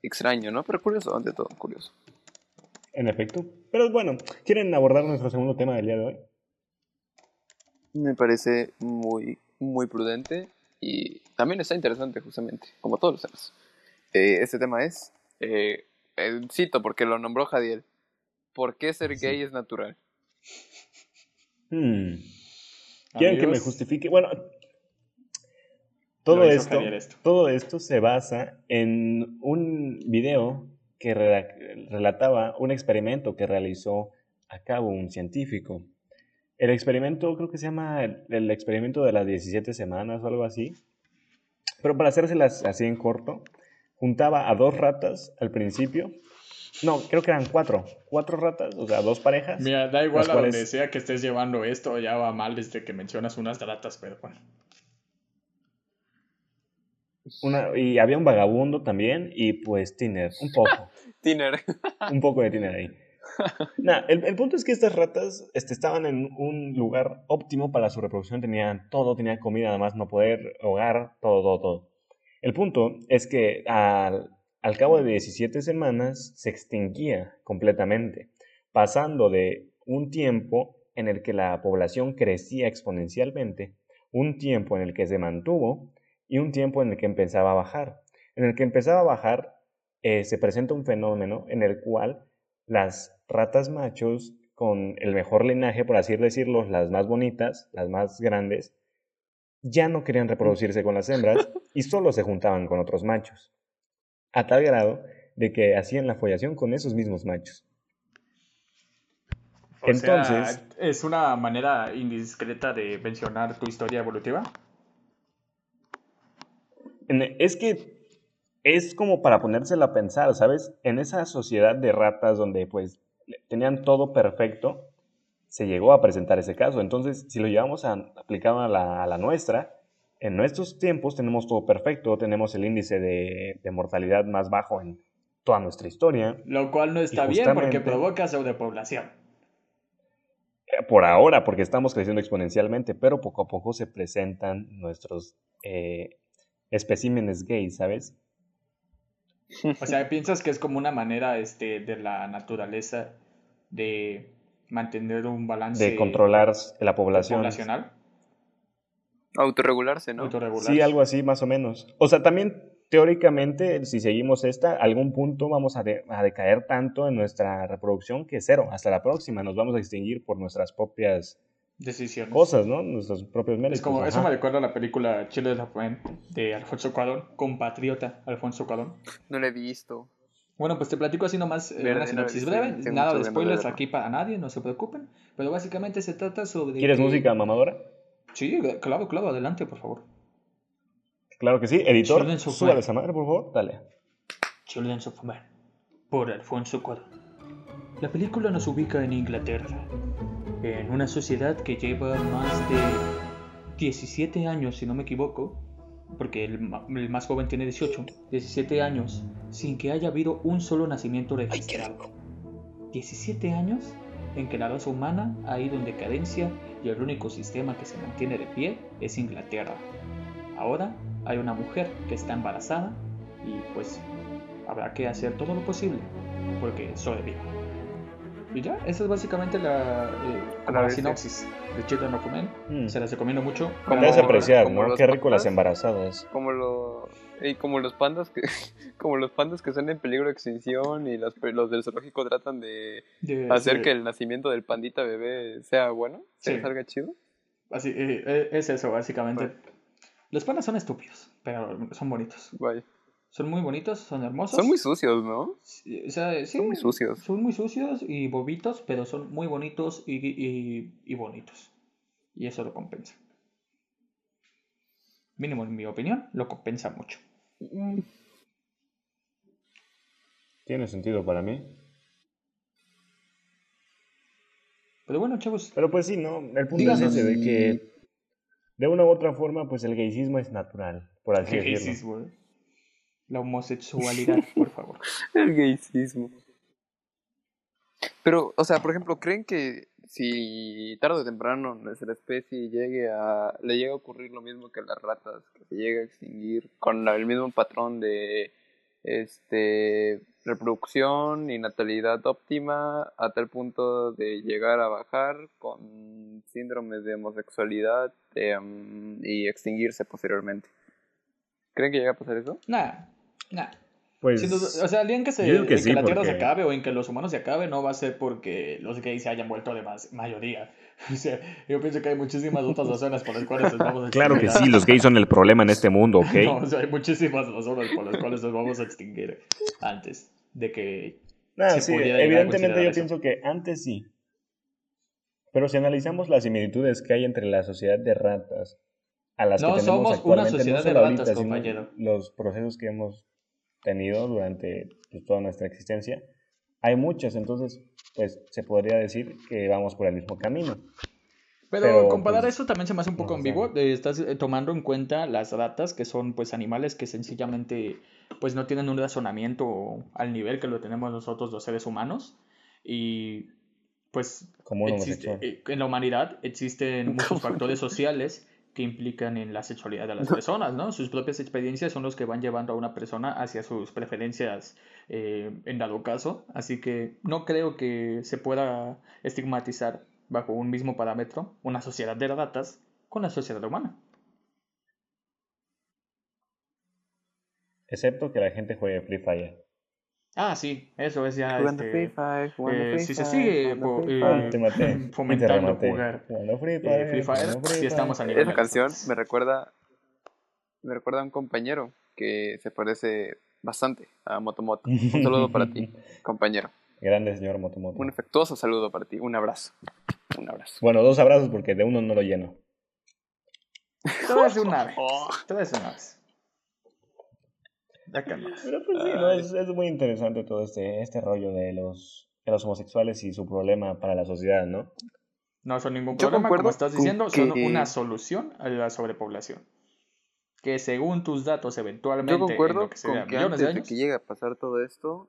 Speaker 3: extraño, ¿no? Pero curioso, ante todo, curioso.
Speaker 2: En efecto. Pero bueno, ¿quieren abordar nuestro segundo tema del día de hoy?
Speaker 3: Me parece muy, muy prudente y también está interesante, justamente, como todos los temas. Eh, este tema es, eh, eh, cito porque lo nombró Jadiel, ¿por qué ser
Speaker 2: Sí.
Speaker 3: gay es natural?
Speaker 2: Hmm. ¿Quieren que me
Speaker 1: Amigos,
Speaker 2: justifique? Bueno, Todo
Speaker 1: Lo hizo
Speaker 2: esto,
Speaker 1: Javier esto.
Speaker 2: todo esto se basa en un video que redac- relataba un experimento que realizó a cabo un científico. El experimento creo que se llama el, el experimento de las 17 semanas o algo así. Pero para hacérselas así en corto, juntaba a dos ratas al principio. No, creo que eran cuatro. Cuatro ratas, o sea, dos parejas.
Speaker 1: Mira, da igual
Speaker 2: Las
Speaker 1: a
Speaker 2: cuales-
Speaker 1: donde sea que estés llevando esto, ya va mal desde que mencionas unas ratas, pero bueno.
Speaker 2: Una, y había un vagabundo también y pues Tinder, un poco.
Speaker 3: Tiner.
Speaker 2: un poco de Tinder ahí. Nah, el, el punto es que estas ratas este, estaban en un lugar óptimo para su reproducción. Tenían todo, tenían comida, además no poder, hogar, todo, todo, todo. El punto es que al, al cabo de 17 semanas se extinguía completamente, pasando de un tiempo en el que la población crecía exponencialmente, un tiempo en el que se mantuvo y un tiempo en el que empezaba a bajar. En el que empezaba a bajar eh, se presenta un fenómeno en el cual las ratas machos con el mejor linaje, por así decirlo, las más bonitas, las más grandes, ya no querían reproducirse con las hembras y solo se juntaban con otros machos, a tal grado de que hacían la follación con esos mismos machos.
Speaker 1: O sea,
Speaker 2: Entonces-
Speaker 1: es una manera indiscreta de mencionar tu historia evolutiva.
Speaker 2: En- Es que es como para ponérsela a pensar, ¿sabes? En esa sociedad de ratas donde pues tenían todo perfecto, se llegó a presentar ese caso. Entonces, si lo llevamos a aplicado a la, a la nuestra, en nuestros tiempos tenemos todo perfecto, tenemos el índice de, de mortalidad más bajo en toda nuestra historia.
Speaker 1: Lo cual no está bien porque
Speaker 2: justamente-
Speaker 1: provoca sobrepoblación.
Speaker 2: Eh, Por ahora, porque estamos creciendo exponencialmente, pero poco a poco se presentan nuestros eh, especímenes gays, ¿sabes?
Speaker 1: O sea, piensas que es como una manera este, de la naturaleza de mantener un balance
Speaker 2: De controlar la población.
Speaker 1: poblacional,
Speaker 3: Autorregularse, ¿no?
Speaker 1: autorregular.
Speaker 2: Sí, algo así, más o menos. O sea, también teóricamente, si seguimos esta, algún punto vamos a, de- a decaer tanto en nuestra reproducción que cero. Hasta la próxima nos vamos a extinguir por nuestras propias
Speaker 1: Decisiones.
Speaker 2: cosas, ¿no? Nuestros propios méritos.
Speaker 1: Es como, eso
Speaker 2: ajá.
Speaker 1: me recuerda a la película Chile de la Fuente de Alfonso Cuarón, compatriota Alfonso Cuarón.
Speaker 3: No lo he visto.
Speaker 1: Bueno, pues te platico así nomás eh,
Speaker 3: Verdadero,
Speaker 1: una sinopsis
Speaker 3: sí,
Speaker 1: breve, nada
Speaker 3: tengo muchas
Speaker 1: de
Speaker 3: ganas de
Speaker 1: spoilers
Speaker 3: verlo.
Speaker 1: aquí para nadie, no se preocupen, pero básicamente se trata sobre...
Speaker 2: ¿Quieres
Speaker 1: que-
Speaker 2: música mamadora?
Speaker 1: Sí, eh, claro, claro, adelante, por favor.
Speaker 2: Claro que sí. Editor,
Speaker 1: Children of
Speaker 2: súbale
Speaker 1: Man.
Speaker 2: esa madre, por favor. Dale.
Speaker 1: Children of Man, por Alfonso Cuarón. La película nos ubica en Inglaterra, en una sociedad que lleva más de 17 años, si no me equivoco, porque el, ma- el más joven tiene 18, 17 años, sin que haya habido un solo nacimiento registrado. 17 años en que la raza humana ha ido en decadencia y el único sistema que se mantiene de pie es Inglaterra. Ahora hay una mujer que está embarazada y pues habrá que hacer todo lo posible porque sobreviva. Y ya, esa es básicamente la, eh, como
Speaker 3: A la
Speaker 1: la
Speaker 3: vez, sí.
Speaker 1: sinopsis de Children of Men.
Speaker 2: Mm.
Speaker 1: Se las recomiendo mucho.
Speaker 3: Como-
Speaker 2: Te hace
Speaker 3: Como-
Speaker 2: apreciar,
Speaker 3: como
Speaker 2: ¿no?
Speaker 3: los
Speaker 2: Qué rico las
Speaker 3: papas.
Speaker 2: embarazadas.
Speaker 3: Como lo y como los pandas que como los pandas que están en peligro de extinción y los, pe- los del zoológico tratan de
Speaker 1: de-
Speaker 3: hacer
Speaker 1: de-
Speaker 3: que el nacimiento del pandita bebé sea bueno, se
Speaker 1: Sí.
Speaker 3: les salga chido.
Speaker 1: Así, eh, eh, es eso, básicamente.
Speaker 3: Bueno.
Speaker 1: Los panas son estúpidos, pero son bonitos.
Speaker 3: Vaya.
Speaker 1: Son muy bonitos, son hermosos.
Speaker 3: Son muy sucios, ¿no?
Speaker 1: Sí, o sea, sí,
Speaker 3: Son muy sucios.
Speaker 1: Son muy sucios y bobitos, pero son muy bonitos y, y- y bonitos. Y eso lo compensa. Mínimo, en mi opinión, lo compensa mucho.
Speaker 3: Mm,
Speaker 2: Tiene sentido para mí.
Speaker 1: Pero bueno, chavos,
Speaker 2: Pero pues sí, ¿no? El punto
Speaker 1: Díganos.
Speaker 2: es ese de que de una u otra forma, pues el gayismo es natural, por así
Speaker 1: ¿qué
Speaker 2: decirlo.
Speaker 1: dices, güey? La homosexualidad, por favor.
Speaker 3: El gaysismo. Pero, o sea, por ejemplo, ¿creen que si tarde o temprano nuestra especie llegue a. le llega a ocurrir lo mismo que a las ratas, que se llega a extinguir con la- el mismo patrón de este reproducción y natalidad óptima a tal punto de llegar a bajar con síndromes de homosexualidad em, y extinguirse posteriormente. ¿Creen que llega a pasar eso?
Speaker 1: Nada, nada.
Speaker 2: Pues,
Speaker 1: Sin duda, o sea, el día en que, se,
Speaker 2: yo digo que
Speaker 1: en
Speaker 2: sí,
Speaker 1: la Tierra se
Speaker 2: porque-
Speaker 1: acabe o en que los humanos se acaben, no va a ser porque los gays se hayan vuelto de más, mayoría. O sea, yo pienso que hay muchísimas otras razones por las cuales nos vamos a
Speaker 2: claro que
Speaker 1: extinguir.
Speaker 2: sí, los gays son el problema en este mundo, ¿ok?
Speaker 1: No, o sea, hay muchísimas razones por las cuales nos vamos a extinguir antes de que...
Speaker 2: Ah,
Speaker 1: se
Speaker 2: sí,
Speaker 1: pudiera llegar a
Speaker 2: evidentemente
Speaker 1: considerar
Speaker 2: yo
Speaker 1: eso.
Speaker 2: pienso que antes sí. Pero si analizamos las similitudes que hay entre la sociedad de ratas a las
Speaker 1: No
Speaker 2: que tenemos
Speaker 1: somos una
Speaker 2: actualmente, no
Speaker 1: sociedad de
Speaker 2: solo ahorita,
Speaker 1: ratas,
Speaker 2: sino
Speaker 1: compañero.
Speaker 2: los procesos que hemos tenido durante pues, toda nuestra existencia, hay muchas, entonces pues se podría decir que vamos por el mismo camino.
Speaker 1: Pero,
Speaker 2: Pero,
Speaker 1: comparar
Speaker 2: pues,
Speaker 1: eso también se me hace un poco
Speaker 2: no, o sea-
Speaker 1: ambiguo. Eh, Estás eh, tomando en cuenta las ratas, que son pues animales que sencillamente pues no tienen un razonamiento al nivel que lo tenemos nosotros los seres humanos. Y pues
Speaker 2: Como un
Speaker 1: existe-
Speaker 2: homosexual.
Speaker 1: eh, en la humanidad existen muchos factores sociales que implican en la sexualidad de las personas, ¿no? Sus propias experiencias son los que van llevando a una persona hacia sus preferencias eh, en dado caso, así que no creo que se pueda estigmatizar bajo un mismo parámetro una sociedad de ratas con la sociedad humana.
Speaker 2: Excepto que la gente juegue Free Fire.
Speaker 1: Ah, sí, eso es ya...
Speaker 3: Jugando
Speaker 1: este,
Speaker 3: Free Fire, jugando
Speaker 1: eh,
Speaker 3: Free
Speaker 1: si se
Speaker 3: Fire,
Speaker 1: sigue,
Speaker 3: jugando
Speaker 1: po-
Speaker 3: Free
Speaker 1: eh,
Speaker 2: Ah,
Speaker 3: Fire.
Speaker 2: te maté. y te
Speaker 1: fomentando
Speaker 2: rematé.
Speaker 1: jugar,
Speaker 2: Jugando Free Fire.
Speaker 1: eh, Free Fire,
Speaker 2: jugando Free
Speaker 1: si estamos a nivel
Speaker 3: Esa
Speaker 1: de las
Speaker 3: canción
Speaker 1: ratas.
Speaker 3: me recuerda, me recuerda a un compañero que se parece bastante a Motomoto. Un saludo para ti, compañero.
Speaker 2: Grande señor Motomoto.
Speaker 3: Un afectuoso saludo para ti. Un abrazo. Un abrazo.
Speaker 2: Bueno, dos abrazos porque de uno no lo lleno.
Speaker 1: Todo es de una vez,
Speaker 3: Oh.
Speaker 1: todo es de una vez. Ya calma.
Speaker 2: Pero pues sí, ¿no? es, es muy interesante todo este, este rollo de los, de los homosexuales y su problema para la sociedad, ¿no?
Speaker 1: No son ningún
Speaker 3: Yo
Speaker 1: problema, como
Speaker 3: concuerdo
Speaker 1: estás
Speaker 3: con
Speaker 1: diciendo, son
Speaker 3: que-
Speaker 1: una solución a la sobrepoblación. Que según tus datos, eventualmente,
Speaker 3: Yo
Speaker 1: en
Speaker 3: concuerdo
Speaker 1: lo que sea,
Speaker 3: con que
Speaker 1: millones de
Speaker 3: antes de
Speaker 1: años,
Speaker 3: que llegue a pasar todo esto,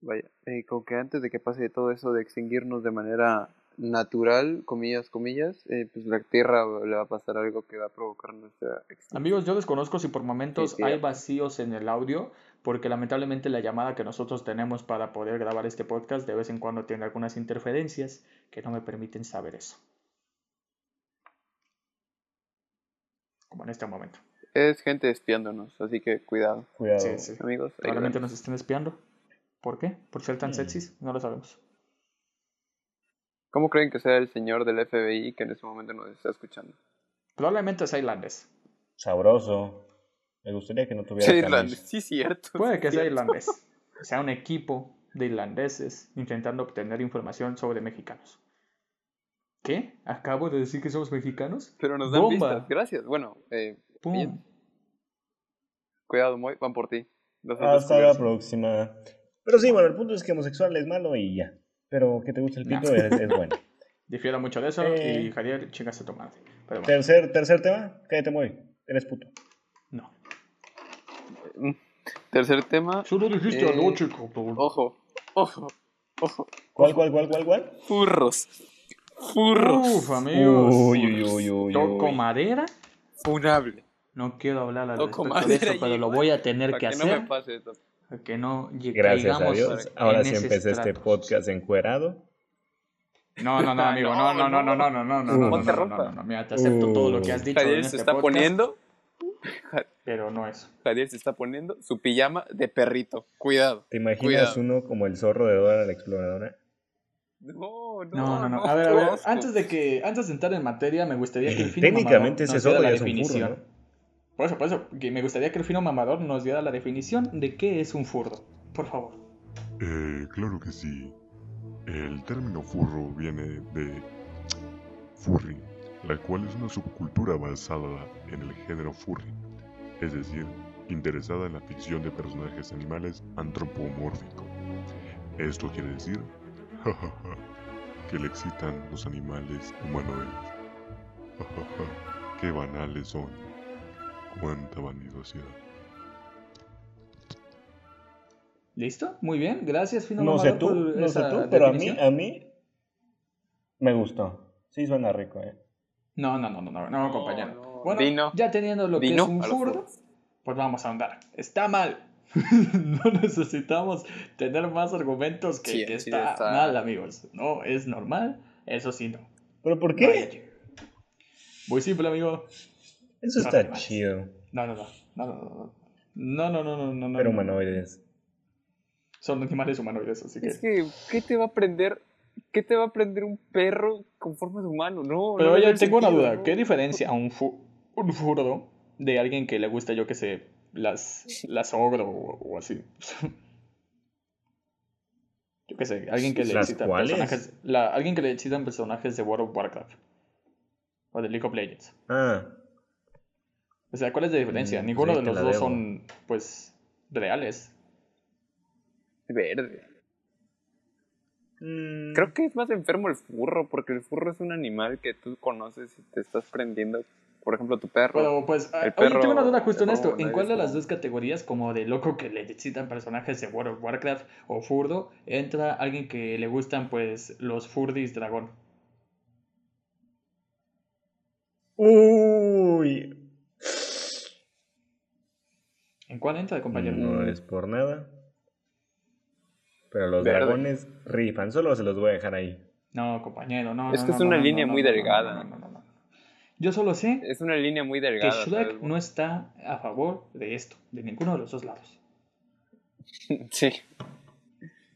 Speaker 3: vaya, eh, con que antes de que pase todo eso de extinguirnos de manera natural, comillas, comillas, eh, pues la Tierra le va a pasar algo que va a provocar nuestra extinción.
Speaker 1: Amigos, yo desconozco si por momentos
Speaker 3: Sí, sí,
Speaker 1: hay
Speaker 3: ya.
Speaker 1: vacíos en el audio, porque lamentablemente la llamada que nosotros tenemos para poder grabar este podcast de vez en cuando tiene algunas interferencias que no me permiten saber eso. Como en este momento.
Speaker 3: Es gente espiándonos, así que cuidado,
Speaker 2: Cuidado.
Speaker 1: Sí, sí.
Speaker 3: amigos. ahí
Speaker 1: Probablemente
Speaker 3: veremos.
Speaker 1: nos estén espiando. ¿Por qué? ¿Por ser tan
Speaker 2: Hmm.
Speaker 1: sexys? No lo sabemos.
Speaker 3: ¿Cómo creen que sea el señor del FBI que en este momento nos está escuchando?
Speaker 1: Probablemente sea irlandés.
Speaker 2: Sabroso. Me gustaría que no tuviera
Speaker 3: Sí,
Speaker 2: camis.
Speaker 3: irlandés, sí, cierto.
Speaker 1: Puede
Speaker 3: sí,
Speaker 1: que sea
Speaker 3: cierto.
Speaker 1: irlandés. Sea un equipo de irlandeses intentando obtener información sobre mexicanos. ¿Qué? ¿Acabo de decir que somos mexicanos?
Speaker 3: Pero nos dan
Speaker 1: Bomba.
Speaker 3: vistas, gracias. Bueno, eh,
Speaker 1: ¡Pum!
Speaker 3: Bien. cuidado, muy, van por ti. Los has
Speaker 2: Hasta la
Speaker 3: descubierto.
Speaker 2: próxima. Pero sí, bueno, el punto es que homosexual es malo y ya. Pero que te guste el
Speaker 1: No.
Speaker 2: pito es, es bueno.
Speaker 1: Difiero mucho de eso
Speaker 2: Eh.
Speaker 1: y Javier, chingas a tu madre. Pero bueno,
Speaker 2: tercer, tercer tema, cállate muy. Eres puto.
Speaker 1: no.
Speaker 3: Mm. Tercer tema,
Speaker 1: Solo dijiste
Speaker 3: Eh,
Speaker 1: anoche, cabrón.
Speaker 3: ojo, ojo, ojo,
Speaker 2: ¿Cuál, cuál, cuál, cuál, cuál?
Speaker 3: furros, furros,
Speaker 1: Uf, amigos.
Speaker 2: Uy, uy, uy, uy,
Speaker 1: Toco
Speaker 2: uy.
Speaker 1: madera.
Speaker 3: funable,
Speaker 1: No quiero hablar al respecto
Speaker 3: Toco
Speaker 1: de
Speaker 3: madera
Speaker 1: eso, pero
Speaker 3: y-
Speaker 1: lo voy a tener
Speaker 3: para
Speaker 1: que
Speaker 3: que
Speaker 1: hacer.
Speaker 3: no me pase esto.
Speaker 1: para que no lle-
Speaker 2: Gracias a
Speaker 1: caigamos
Speaker 2: Dios.
Speaker 1: en
Speaker 2: Ahora sí
Speaker 1: ese
Speaker 2: empecé este
Speaker 1: estrato.
Speaker 2: podcast encuerado.
Speaker 1: No, no, no, amigo, no, no, no, no, no, no, no, no, no,
Speaker 3: Ah,
Speaker 1: no,
Speaker 3: Ponte
Speaker 1: no,
Speaker 3: ropa.
Speaker 1: no, no, mira, te acepto todo lo que has dicho en
Speaker 3: Javier se
Speaker 1: este
Speaker 3: está
Speaker 1: podcast,
Speaker 3: poniendo,
Speaker 1: pero no eso.
Speaker 3: Javier se está poniendo su pijama de perrito, cuidado.
Speaker 2: ¿Te imaginas
Speaker 3: Cuidado.
Speaker 2: uno como el zorro de Dora la exploradora?
Speaker 3: No, no,
Speaker 1: No, no, no. A
Speaker 3: no,
Speaker 1: ver, a ver,
Speaker 3: asco.
Speaker 1: antes de que antes de entrar en materia, me gustaría que el fino mamador
Speaker 2: Técnicamente ese
Speaker 1: nos diera
Speaker 2: zorro
Speaker 1: la
Speaker 2: ya es un furro,
Speaker 1: definición.
Speaker 2: ¿no?
Speaker 1: Por eso, por eso, que me gustaría que el fino mamador nos diera la definición de qué es un furro. Por favor.
Speaker 4: Eh, claro que sí. El término furro viene de furry, la cual es una subcultura basada en el género furry, es decir, interesada en la ficción de personajes animales antropomórfico. Esto quiere decir jajaja, que le excitan los animales humanoides. Jajaja, Qué banales son. Cuánta vanidosidad.
Speaker 1: ¿Listo? Muy bien. Gracias, fino
Speaker 2: No sé
Speaker 1: mamador,
Speaker 2: tú,
Speaker 1: por
Speaker 2: no sé
Speaker 1: esa
Speaker 2: tú, pero a mí,
Speaker 1: definición.
Speaker 2: a mí me gustó. Sí suena rico, ¿eh?
Speaker 1: No, no, no, no, no, no, compañero.
Speaker 3: no.
Speaker 1: Bueno,
Speaker 3: Dino.
Speaker 1: ya teniendo lo que
Speaker 3: Dino
Speaker 1: es un
Speaker 3: a los
Speaker 1: furro,
Speaker 3: furros.
Speaker 1: pues vamos a andar. Está mal. no necesitamos tener más argumentos que
Speaker 3: Sí,
Speaker 1: que
Speaker 3: sí,
Speaker 1: está
Speaker 3: está-
Speaker 1: mal, amigos. No es normal. Eso sí, no.
Speaker 2: ¿Pero por
Speaker 1: No hay
Speaker 2: qué?
Speaker 1: ello. Muy simple, amigo.
Speaker 2: Eso
Speaker 1: No
Speaker 2: está
Speaker 1: animales.
Speaker 2: chido.
Speaker 1: No, no, no. No, no, no. No, no, no, no, no, no.
Speaker 2: Pero
Speaker 1: no.
Speaker 2: humanoides.
Speaker 1: Son animales humanoides, así que.
Speaker 3: Es que, ¿qué te va a aprender? ¿Qué te va a aprender un perro con forma de humano? No,
Speaker 1: Pero
Speaker 3: no
Speaker 1: oye,
Speaker 3: tiene
Speaker 1: tengo una
Speaker 3: sentido,
Speaker 1: duda.
Speaker 3: ¿no?
Speaker 1: ¿Qué diferencia un, fu un furro de alguien que le gusta, yo que sé, las, las ogro o, o así? yo que sé, alguien que le
Speaker 2: ¿Las
Speaker 1: excita
Speaker 2: cuáles?
Speaker 1: personajes. la- alguien que le excitan personajes de World of Warcraft. O de League of Legends.
Speaker 2: Ah,
Speaker 1: O sea, ¿cuál es la diferencia?
Speaker 2: Mm,
Speaker 1: Ninguno
Speaker 2: sí,
Speaker 1: de
Speaker 2: te
Speaker 1: los
Speaker 2: la
Speaker 1: dos
Speaker 2: debo.
Speaker 1: son, pues, reales.
Speaker 3: Verde.
Speaker 2: mm,
Speaker 3: Creo que es más enfermo el furro, porque el furro es un animal que tú conoces y te estás prendiendo. Por ejemplo, tu perro.
Speaker 1: Pero, pues, ah,
Speaker 3: El
Speaker 1: oye, tengo una duda
Speaker 3: perro-
Speaker 1: justo en
Speaker 3: el
Speaker 1: esto.
Speaker 3: perro
Speaker 1: ¿En
Speaker 3: humanoide
Speaker 1: cuál de
Speaker 3: es
Speaker 1: las
Speaker 3: como-
Speaker 1: dos categorías, como de loco que le excitan personajes de World of Warcraft o furdo, entra alguien que le gustan, pues, los furdis dragón?
Speaker 2: Uy.
Speaker 1: ¿En cuál entra, compañero?
Speaker 3: Mm.
Speaker 2: No es por nada. Pero los
Speaker 3: Verde.
Speaker 2: dragones rifan, solo se los voy a dejar ahí.
Speaker 1: No, compañero, no.
Speaker 3: Es
Speaker 1: no,
Speaker 3: que
Speaker 1: no,
Speaker 3: es
Speaker 1: no,
Speaker 3: una
Speaker 1: no,
Speaker 3: línea
Speaker 1: no,
Speaker 3: muy
Speaker 1: no, no,
Speaker 3: delgada.
Speaker 1: no, no, no, no. Yo solo sé
Speaker 3: Es una línea muy
Speaker 1: que
Speaker 3: delgada.
Speaker 1: Shrek
Speaker 3: ¿sabes?
Speaker 1: no está a favor de esto, de ninguno de los dos lados.
Speaker 3: Sí.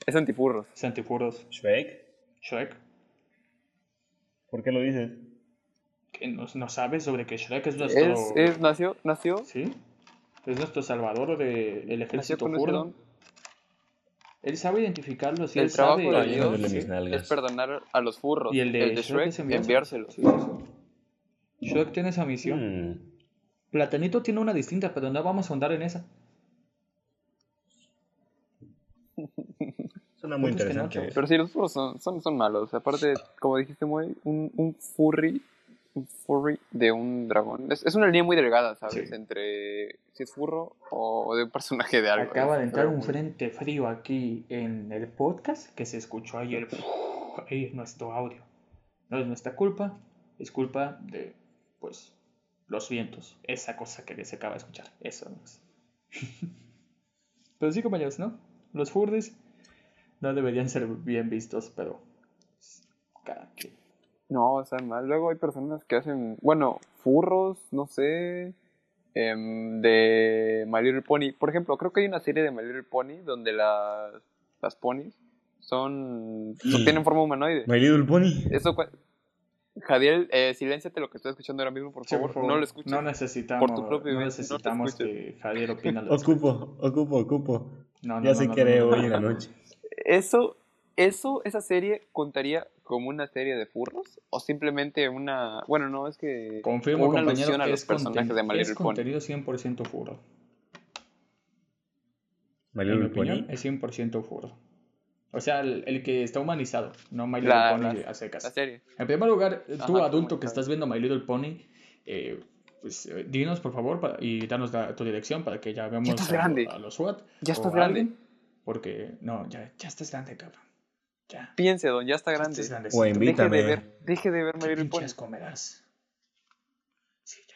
Speaker 3: Es antifurros.
Speaker 1: Es antifurdos.
Speaker 2: Shrek,
Speaker 1: Shrek,
Speaker 2: ¿por qué lo dices?
Speaker 1: que no, no sabe sobre que Shrek es nuestro...
Speaker 3: Es, es, nació, nació,
Speaker 1: ¿Sí? Es nuestro salvador del
Speaker 3: nació
Speaker 1: ejército
Speaker 3: con ese
Speaker 1: kurdo.
Speaker 3: don.
Speaker 1: Él sabe identificarlos y
Speaker 3: El
Speaker 1: él
Speaker 3: trabajo
Speaker 1: sabe...
Speaker 3: de
Speaker 2: Ay,
Speaker 3: Dios
Speaker 2: duele
Speaker 3: sí,
Speaker 2: mis nalgas.
Speaker 3: es perdonar a los furros.
Speaker 1: Y el de, Shrek, es enviárselo.
Speaker 3: enviárselos.
Speaker 1: Sí, sí, sí. Shrek tiene esa misión.
Speaker 2: Mm,
Speaker 1: Platanito tiene una distinta, pero no vamos a ahondar en esa.
Speaker 2: Suena muy
Speaker 1: Puntos que no,
Speaker 2: interesante.
Speaker 1: chavos.
Speaker 3: Pero sí, los furros son, son, son malos. Aparte, como dijiste, muy, un, un furry un furry de un dragón. Es, es una línea muy delgada, ¿sabes?
Speaker 1: Sí.
Speaker 3: Entre si es furro o de un personaje de algo.
Speaker 1: Acaba
Speaker 3: Es
Speaker 1: de entrar
Speaker 3: algo
Speaker 1: un
Speaker 3: muy-
Speaker 1: frente frío aquí en el podcast que se escuchó ayer. Ahí es nuestro audio. No es nuestra culpa, es culpa de, pues, los vientos. Esa cosa que se acaba de escuchar. Eso no es. pero sí, compañeros, ¿no? Los furdes no deberían ser bien vistos, pero. Cada quien.
Speaker 3: No, o sea, mal. Luego hay personas que hacen, bueno, furros, no sé, em, de My Little Pony. Por ejemplo, creo que hay una serie de My Little Pony donde las, las ponis son,
Speaker 2: Sí.
Speaker 3: tienen forma humanoide.
Speaker 2: My Little Pony.
Speaker 3: Eso, cua- Jadiel, eh, silénciate lo que estoy escuchando ahora mismo, por
Speaker 1: Sí,
Speaker 3: favor.
Speaker 1: por favor,
Speaker 3: No lo escuches.
Speaker 1: no necesitamos,
Speaker 3: Por tu propio
Speaker 1: no
Speaker 3: bien, no lo
Speaker 1: necesitamos que Javier opine al respecto.
Speaker 2: Ocupo, ocupo, ocupo.
Speaker 1: No, no,
Speaker 2: Ya
Speaker 1: no,
Speaker 2: sé
Speaker 1: no,
Speaker 2: qué
Speaker 1: no,
Speaker 2: haré
Speaker 1: no, no,
Speaker 2: hoy en
Speaker 1: no.
Speaker 2: la noche.
Speaker 3: Eso, eso, esa serie contaría como una serie de furros o simplemente una, bueno, no, es que
Speaker 1: Confirmo,
Speaker 3: una
Speaker 1: compañero,
Speaker 3: alusión a
Speaker 1: que
Speaker 3: los
Speaker 1: es,
Speaker 3: personajes
Speaker 1: conten-
Speaker 3: de My
Speaker 1: es
Speaker 3: Little Pony.
Speaker 1: contenido 100% furro.
Speaker 2: My
Speaker 1: En mi
Speaker 2: Little
Speaker 1: opinión,
Speaker 2: Pony.
Speaker 1: es 100% furro. O sea, el, el que está humanizado, no My Little
Speaker 3: La-
Speaker 1: Pony
Speaker 3: la-
Speaker 1: a
Speaker 3: La
Speaker 1: secas.
Speaker 3: serie.
Speaker 1: En primer lugar,
Speaker 3: Ajá,
Speaker 1: tú
Speaker 3: está
Speaker 1: adulto que
Speaker 3: humanizado.
Speaker 1: estás viendo My Little Pony, eh, pues eh, dinos por favor para- y danos la- tu dirección para que ya veamos
Speaker 3: estás
Speaker 1: a,
Speaker 3: grande.
Speaker 1: a los SWAT. o
Speaker 3: Ya estás
Speaker 1: a
Speaker 3: grande.
Speaker 1: alguien, porque, no, ya, ya estás grande, cabrón. Ya,
Speaker 3: Piense, don, ya está
Speaker 1: ya
Speaker 3: grande.
Speaker 1: estás grandecito.
Speaker 2: O
Speaker 3: Deje de
Speaker 2: invítame.
Speaker 3: ver, deje de ver My
Speaker 1: ¿Qué
Speaker 3: Little Pony.
Speaker 1: pinches comerás? Sí, ya.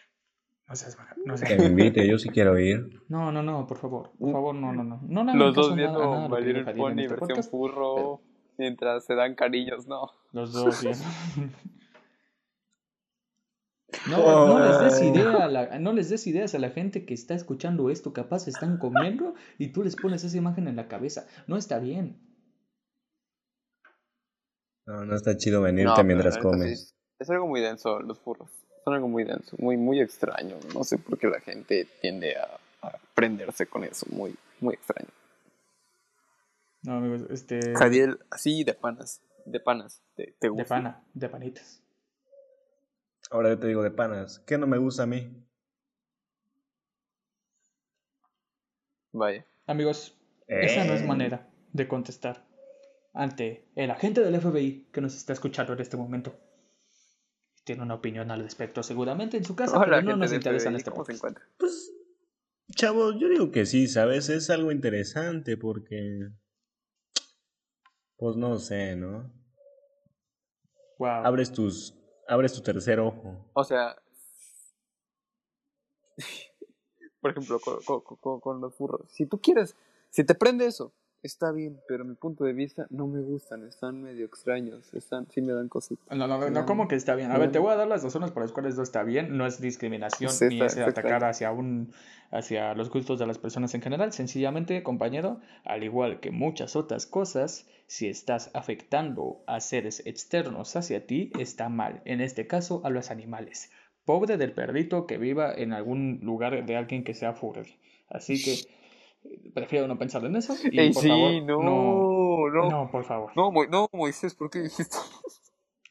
Speaker 1: No seas baja- No,
Speaker 2: Que
Speaker 1: seas-
Speaker 2: me invite, yo sí quiero ir.
Speaker 1: no, no, no, por favor, por favor, no, no, no. No le hagan
Speaker 3: Uh, Los
Speaker 1: caso
Speaker 3: dos
Speaker 1: a nada, a
Speaker 3: viendo
Speaker 1: nada
Speaker 3: My
Speaker 1: de lo que diga
Speaker 3: Little
Speaker 1: Javier en
Speaker 3: Pony
Speaker 1: este
Speaker 3: versión
Speaker 1: podcast.
Speaker 3: furro mientras se dan cariños, no.
Speaker 1: Los dos bien. No, no les des idea a la- no les des ideas a la gente que está escuchando esto, capaz están comiendo y tú les pones esa imagen en la cabeza. No está bien.
Speaker 2: No, no está chido
Speaker 3: No,
Speaker 2: venirte
Speaker 3: pero
Speaker 2: mientras
Speaker 3: la neta
Speaker 2: comes.
Speaker 3: sí, es algo muy denso, los furros. Son algo muy denso, muy, muy extraño. No sé por qué la gente tiende a, a prenderse con eso. Muy, muy extraño.
Speaker 1: No, amigos, este
Speaker 2: Eh.
Speaker 1: de
Speaker 3: Jadiel, así de panas. De panas. ¿Te, te gusta?
Speaker 1: pana, de panitas.
Speaker 2: Ahora yo te digo de panas, ¿qué no me gusta a mí?
Speaker 3: Vaya.
Speaker 1: Amigos, esa no es
Speaker 2: Eh.
Speaker 1: manera de contestar ante el agente del FBI que nos está escuchando en este momento. Tiene una opinión al respecto, seguramente en su casa,
Speaker 3: Hola,
Speaker 1: pero no
Speaker 3: gente
Speaker 1: nos
Speaker 3: de
Speaker 1: interesa en
Speaker 3: FBI,
Speaker 1: este
Speaker 3: ¿cómo se
Speaker 1: podcast.
Speaker 3: encuentra?
Speaker 2: Pues, chavos, yo digo que sí, ¿sabes? Es algo interesante porque... Pues no sé, ¿no?
Speaker 1: Wow.
Speaker 2: Abres tus... Abres tu tercer ojo.
Speaker 3: O sea, por ejemplo, con, con- con- con los furros. Si tú quieres, si te prende eso, está bien, pero a mi punto de vista no me gustan, están medio extraños, están, sí me dan cositas.
Speaker 1: No, no, no, ¿cómo que está bien? A ver, te voy a dar las razones por las cuales no está bien. No es discriminación
Speaker 3: Sí,
Speaker 1: ni
Speaker 3: está-
Speaker 1: es
Speaker 3: está
Speaker 1: atacar
Speaker 3: extraño.
Speaker 1: hacia, un, hacia los gustos de las personas en general. Sencillamente, compañero, al igual que muchas otras cosas, si estás afectando a seres externos hacia ti, está mal. En este caso, a los animales. Pobre del perrito que viva en algún lugar de alguien que sea furry. Así que eh, prefiero no pensar en eso. Y
Speaker 3: Ey,
Speaker 1: por
Speaker 3: sí,
Speaker 1: favor, no,
Speaker 3: no, no, no.
Speaker 1: no, por favor.
Speaker 3: Mo- no, Moisés, ¿por qué dijiste?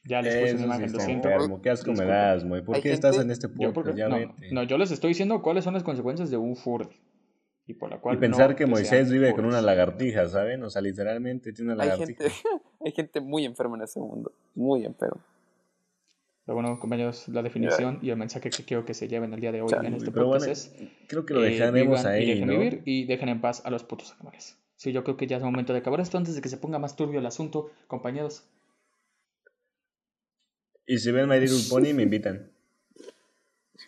Speaker 1: Ya les puse
Speaker 2: Eso
Speaker 1: una
Speaker 2: sí
Speaker 1: imagen, lo
Speaker 2: está
Speaker 1: siento.
Speaker 2: enfermo. Qué asco me
Speaker 3: Disculpa.
Speaker 2: das, güey. ¿Por
Speaker 3: Hay
Speaker 2: qué estás
Speaker 3: gente-
Speaker 2: en este
Speaker 1: Yo porque
Speaker 2: podcast? Ya
Speaker 1: no,
Speaker 2: vete.
Speaker 1: no, yo les estoy diciendo cuáles son las consecuencias de un furry y por la cual
Speaker 2: Y pensar
Speaker 1: no
Speaker 2: que
Speaker 1: sean
Speaker 2: Moisés vive con
Speaker 1: furries.
Speaker 2: una lagartija, ¿saben? O sea, literalmente tiene una
Speaker 3: Hay
Speaker 2: lagartija.
Speaker 3: gente, hay gente muy enferma en ese mundo, muy enferma.
Speaker 1: Pero bueno, compañeros, la definición y el mensaje que quiero que se lleven el día de hoy
Speaker 3: Chale.
Speaker 1: en este
Speaker 2: Pero
Speaker 1: podcast
Speaker 2: bueno,
Speaker 1: es
Speaker 2: creo que lo
Speaker 1: eh,
Speaker 2: dejaremos
Speaker 1: vivan y
Speaker 2: ahí,
Speaker 1: dejen
Speaker 2: ¿no?
Speaker 1: vivir y dejen en paz a los putos animales. Sí, yo creo que ya es momento de acabar esto antes de que se ponga más turbio el asunto, compañeros.
Speaker 2: Y si ven My Little Pony, me invitan.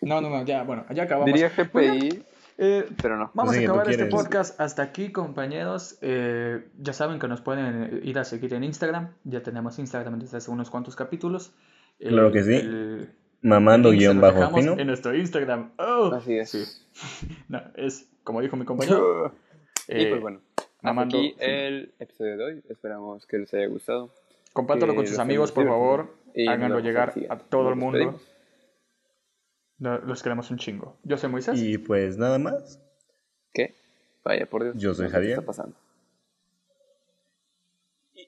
Speaker 1: No, no, no, ya, bueno, ya acabamos.
Speaker 3: Diría GPI,
Speaker 1: Eh,
Speaker 3: pero no.
Speaker 1: Vamos
Speaker 2: Así
Speaker 1: a
Speaker 2: que tú
Speaker 1: acabar este
Speaker 2: quieres.
Speaker 1: podcast hasta aquí, compañeros. Eh, ya saben que nos pueden eh, ir a seguir en Instagram. Ya tenemos Instagram desde hace unos cuantos capítulos. Eh,
Speaker 2: Claro que sí.
Speaker 1: el-
Speaker 2: Mamando
Speaker 1: el link se
Speaker 2: guión
Speaker 1: los
Speaker 2: bajo
Speaker 1: dejamos
Speaker 2: fino.
Speaker 1: En nuestro Instagram. Oh,
Speaker 3: Así es.
Speaker 1: sí. No, es como dijo mi compañero.
Speaker 3: y
Speaker 1: eh,
Speaker 3: pues bueno, hasta
Speaker 1: mamando,
Speaker 3: aquí
Speaker 1: sí.
Speaker 3: el episodio de hoy. Esperamos que les haya gustado.
Speaker 1: Compártalo
Speaker 3: que
Speaker 1: con sus
Speaker 3: Eh, los
Speaker 1: amigos, por
Speaker 3: hemos
Speaker 1: favor.
Speaker 3: divertido. Y nos
Speaker 1: Háganlo
Speaker 3: vemos al
Speaker 1: llegar a
Speaker 3: siguiente.
Speaker 1: todo
Speaker 3: Nos
Speaker 1: el mundo.
Speaker 3: despedimos.
Speaker 1: No, Los queremos un chingo. Yo soy Moisés.
Speaker 2: Y pues nada más.
Speaker 3: ¿Qué? Vaya, por Dios.
Speaker 2: Yo soy
Speaker 3: no sé qué
Speaker 2: Javier.
Speaker 3: está pasando?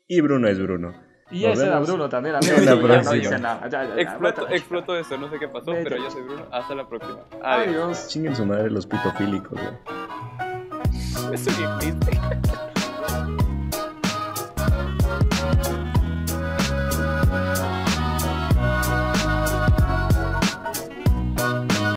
Speaker 2: Y Bruno es Bruno.
Speaker 1: Y,
Speaker 2: Nos
Speaker 1: ese era
Speaker 2: vemos.
Speaker 1: Bruno también, amigo.
Speaker 2: En
Speaker 1: sí,
Speaker 2: la
Speaker 1: ya no
Speaker 2: próxima.
Speaker 1: dice nada. Ya, ya, ya, vete a
Speaker 3: Explotó,
Speaker 1: la
Speaker 3: explotó eso, no sé qué pasó,
Speaker 1: Vete.
Speaker 3: pero yo soy Bruno. Hasta la próxima.
Speaker 1: chingada.
Speaker 3: Adiós.
Speaker 1: Adiós.
Speaker 2: Chinguen su madre los pitofílicos, güey.
Speaker 3: Eso ni existe.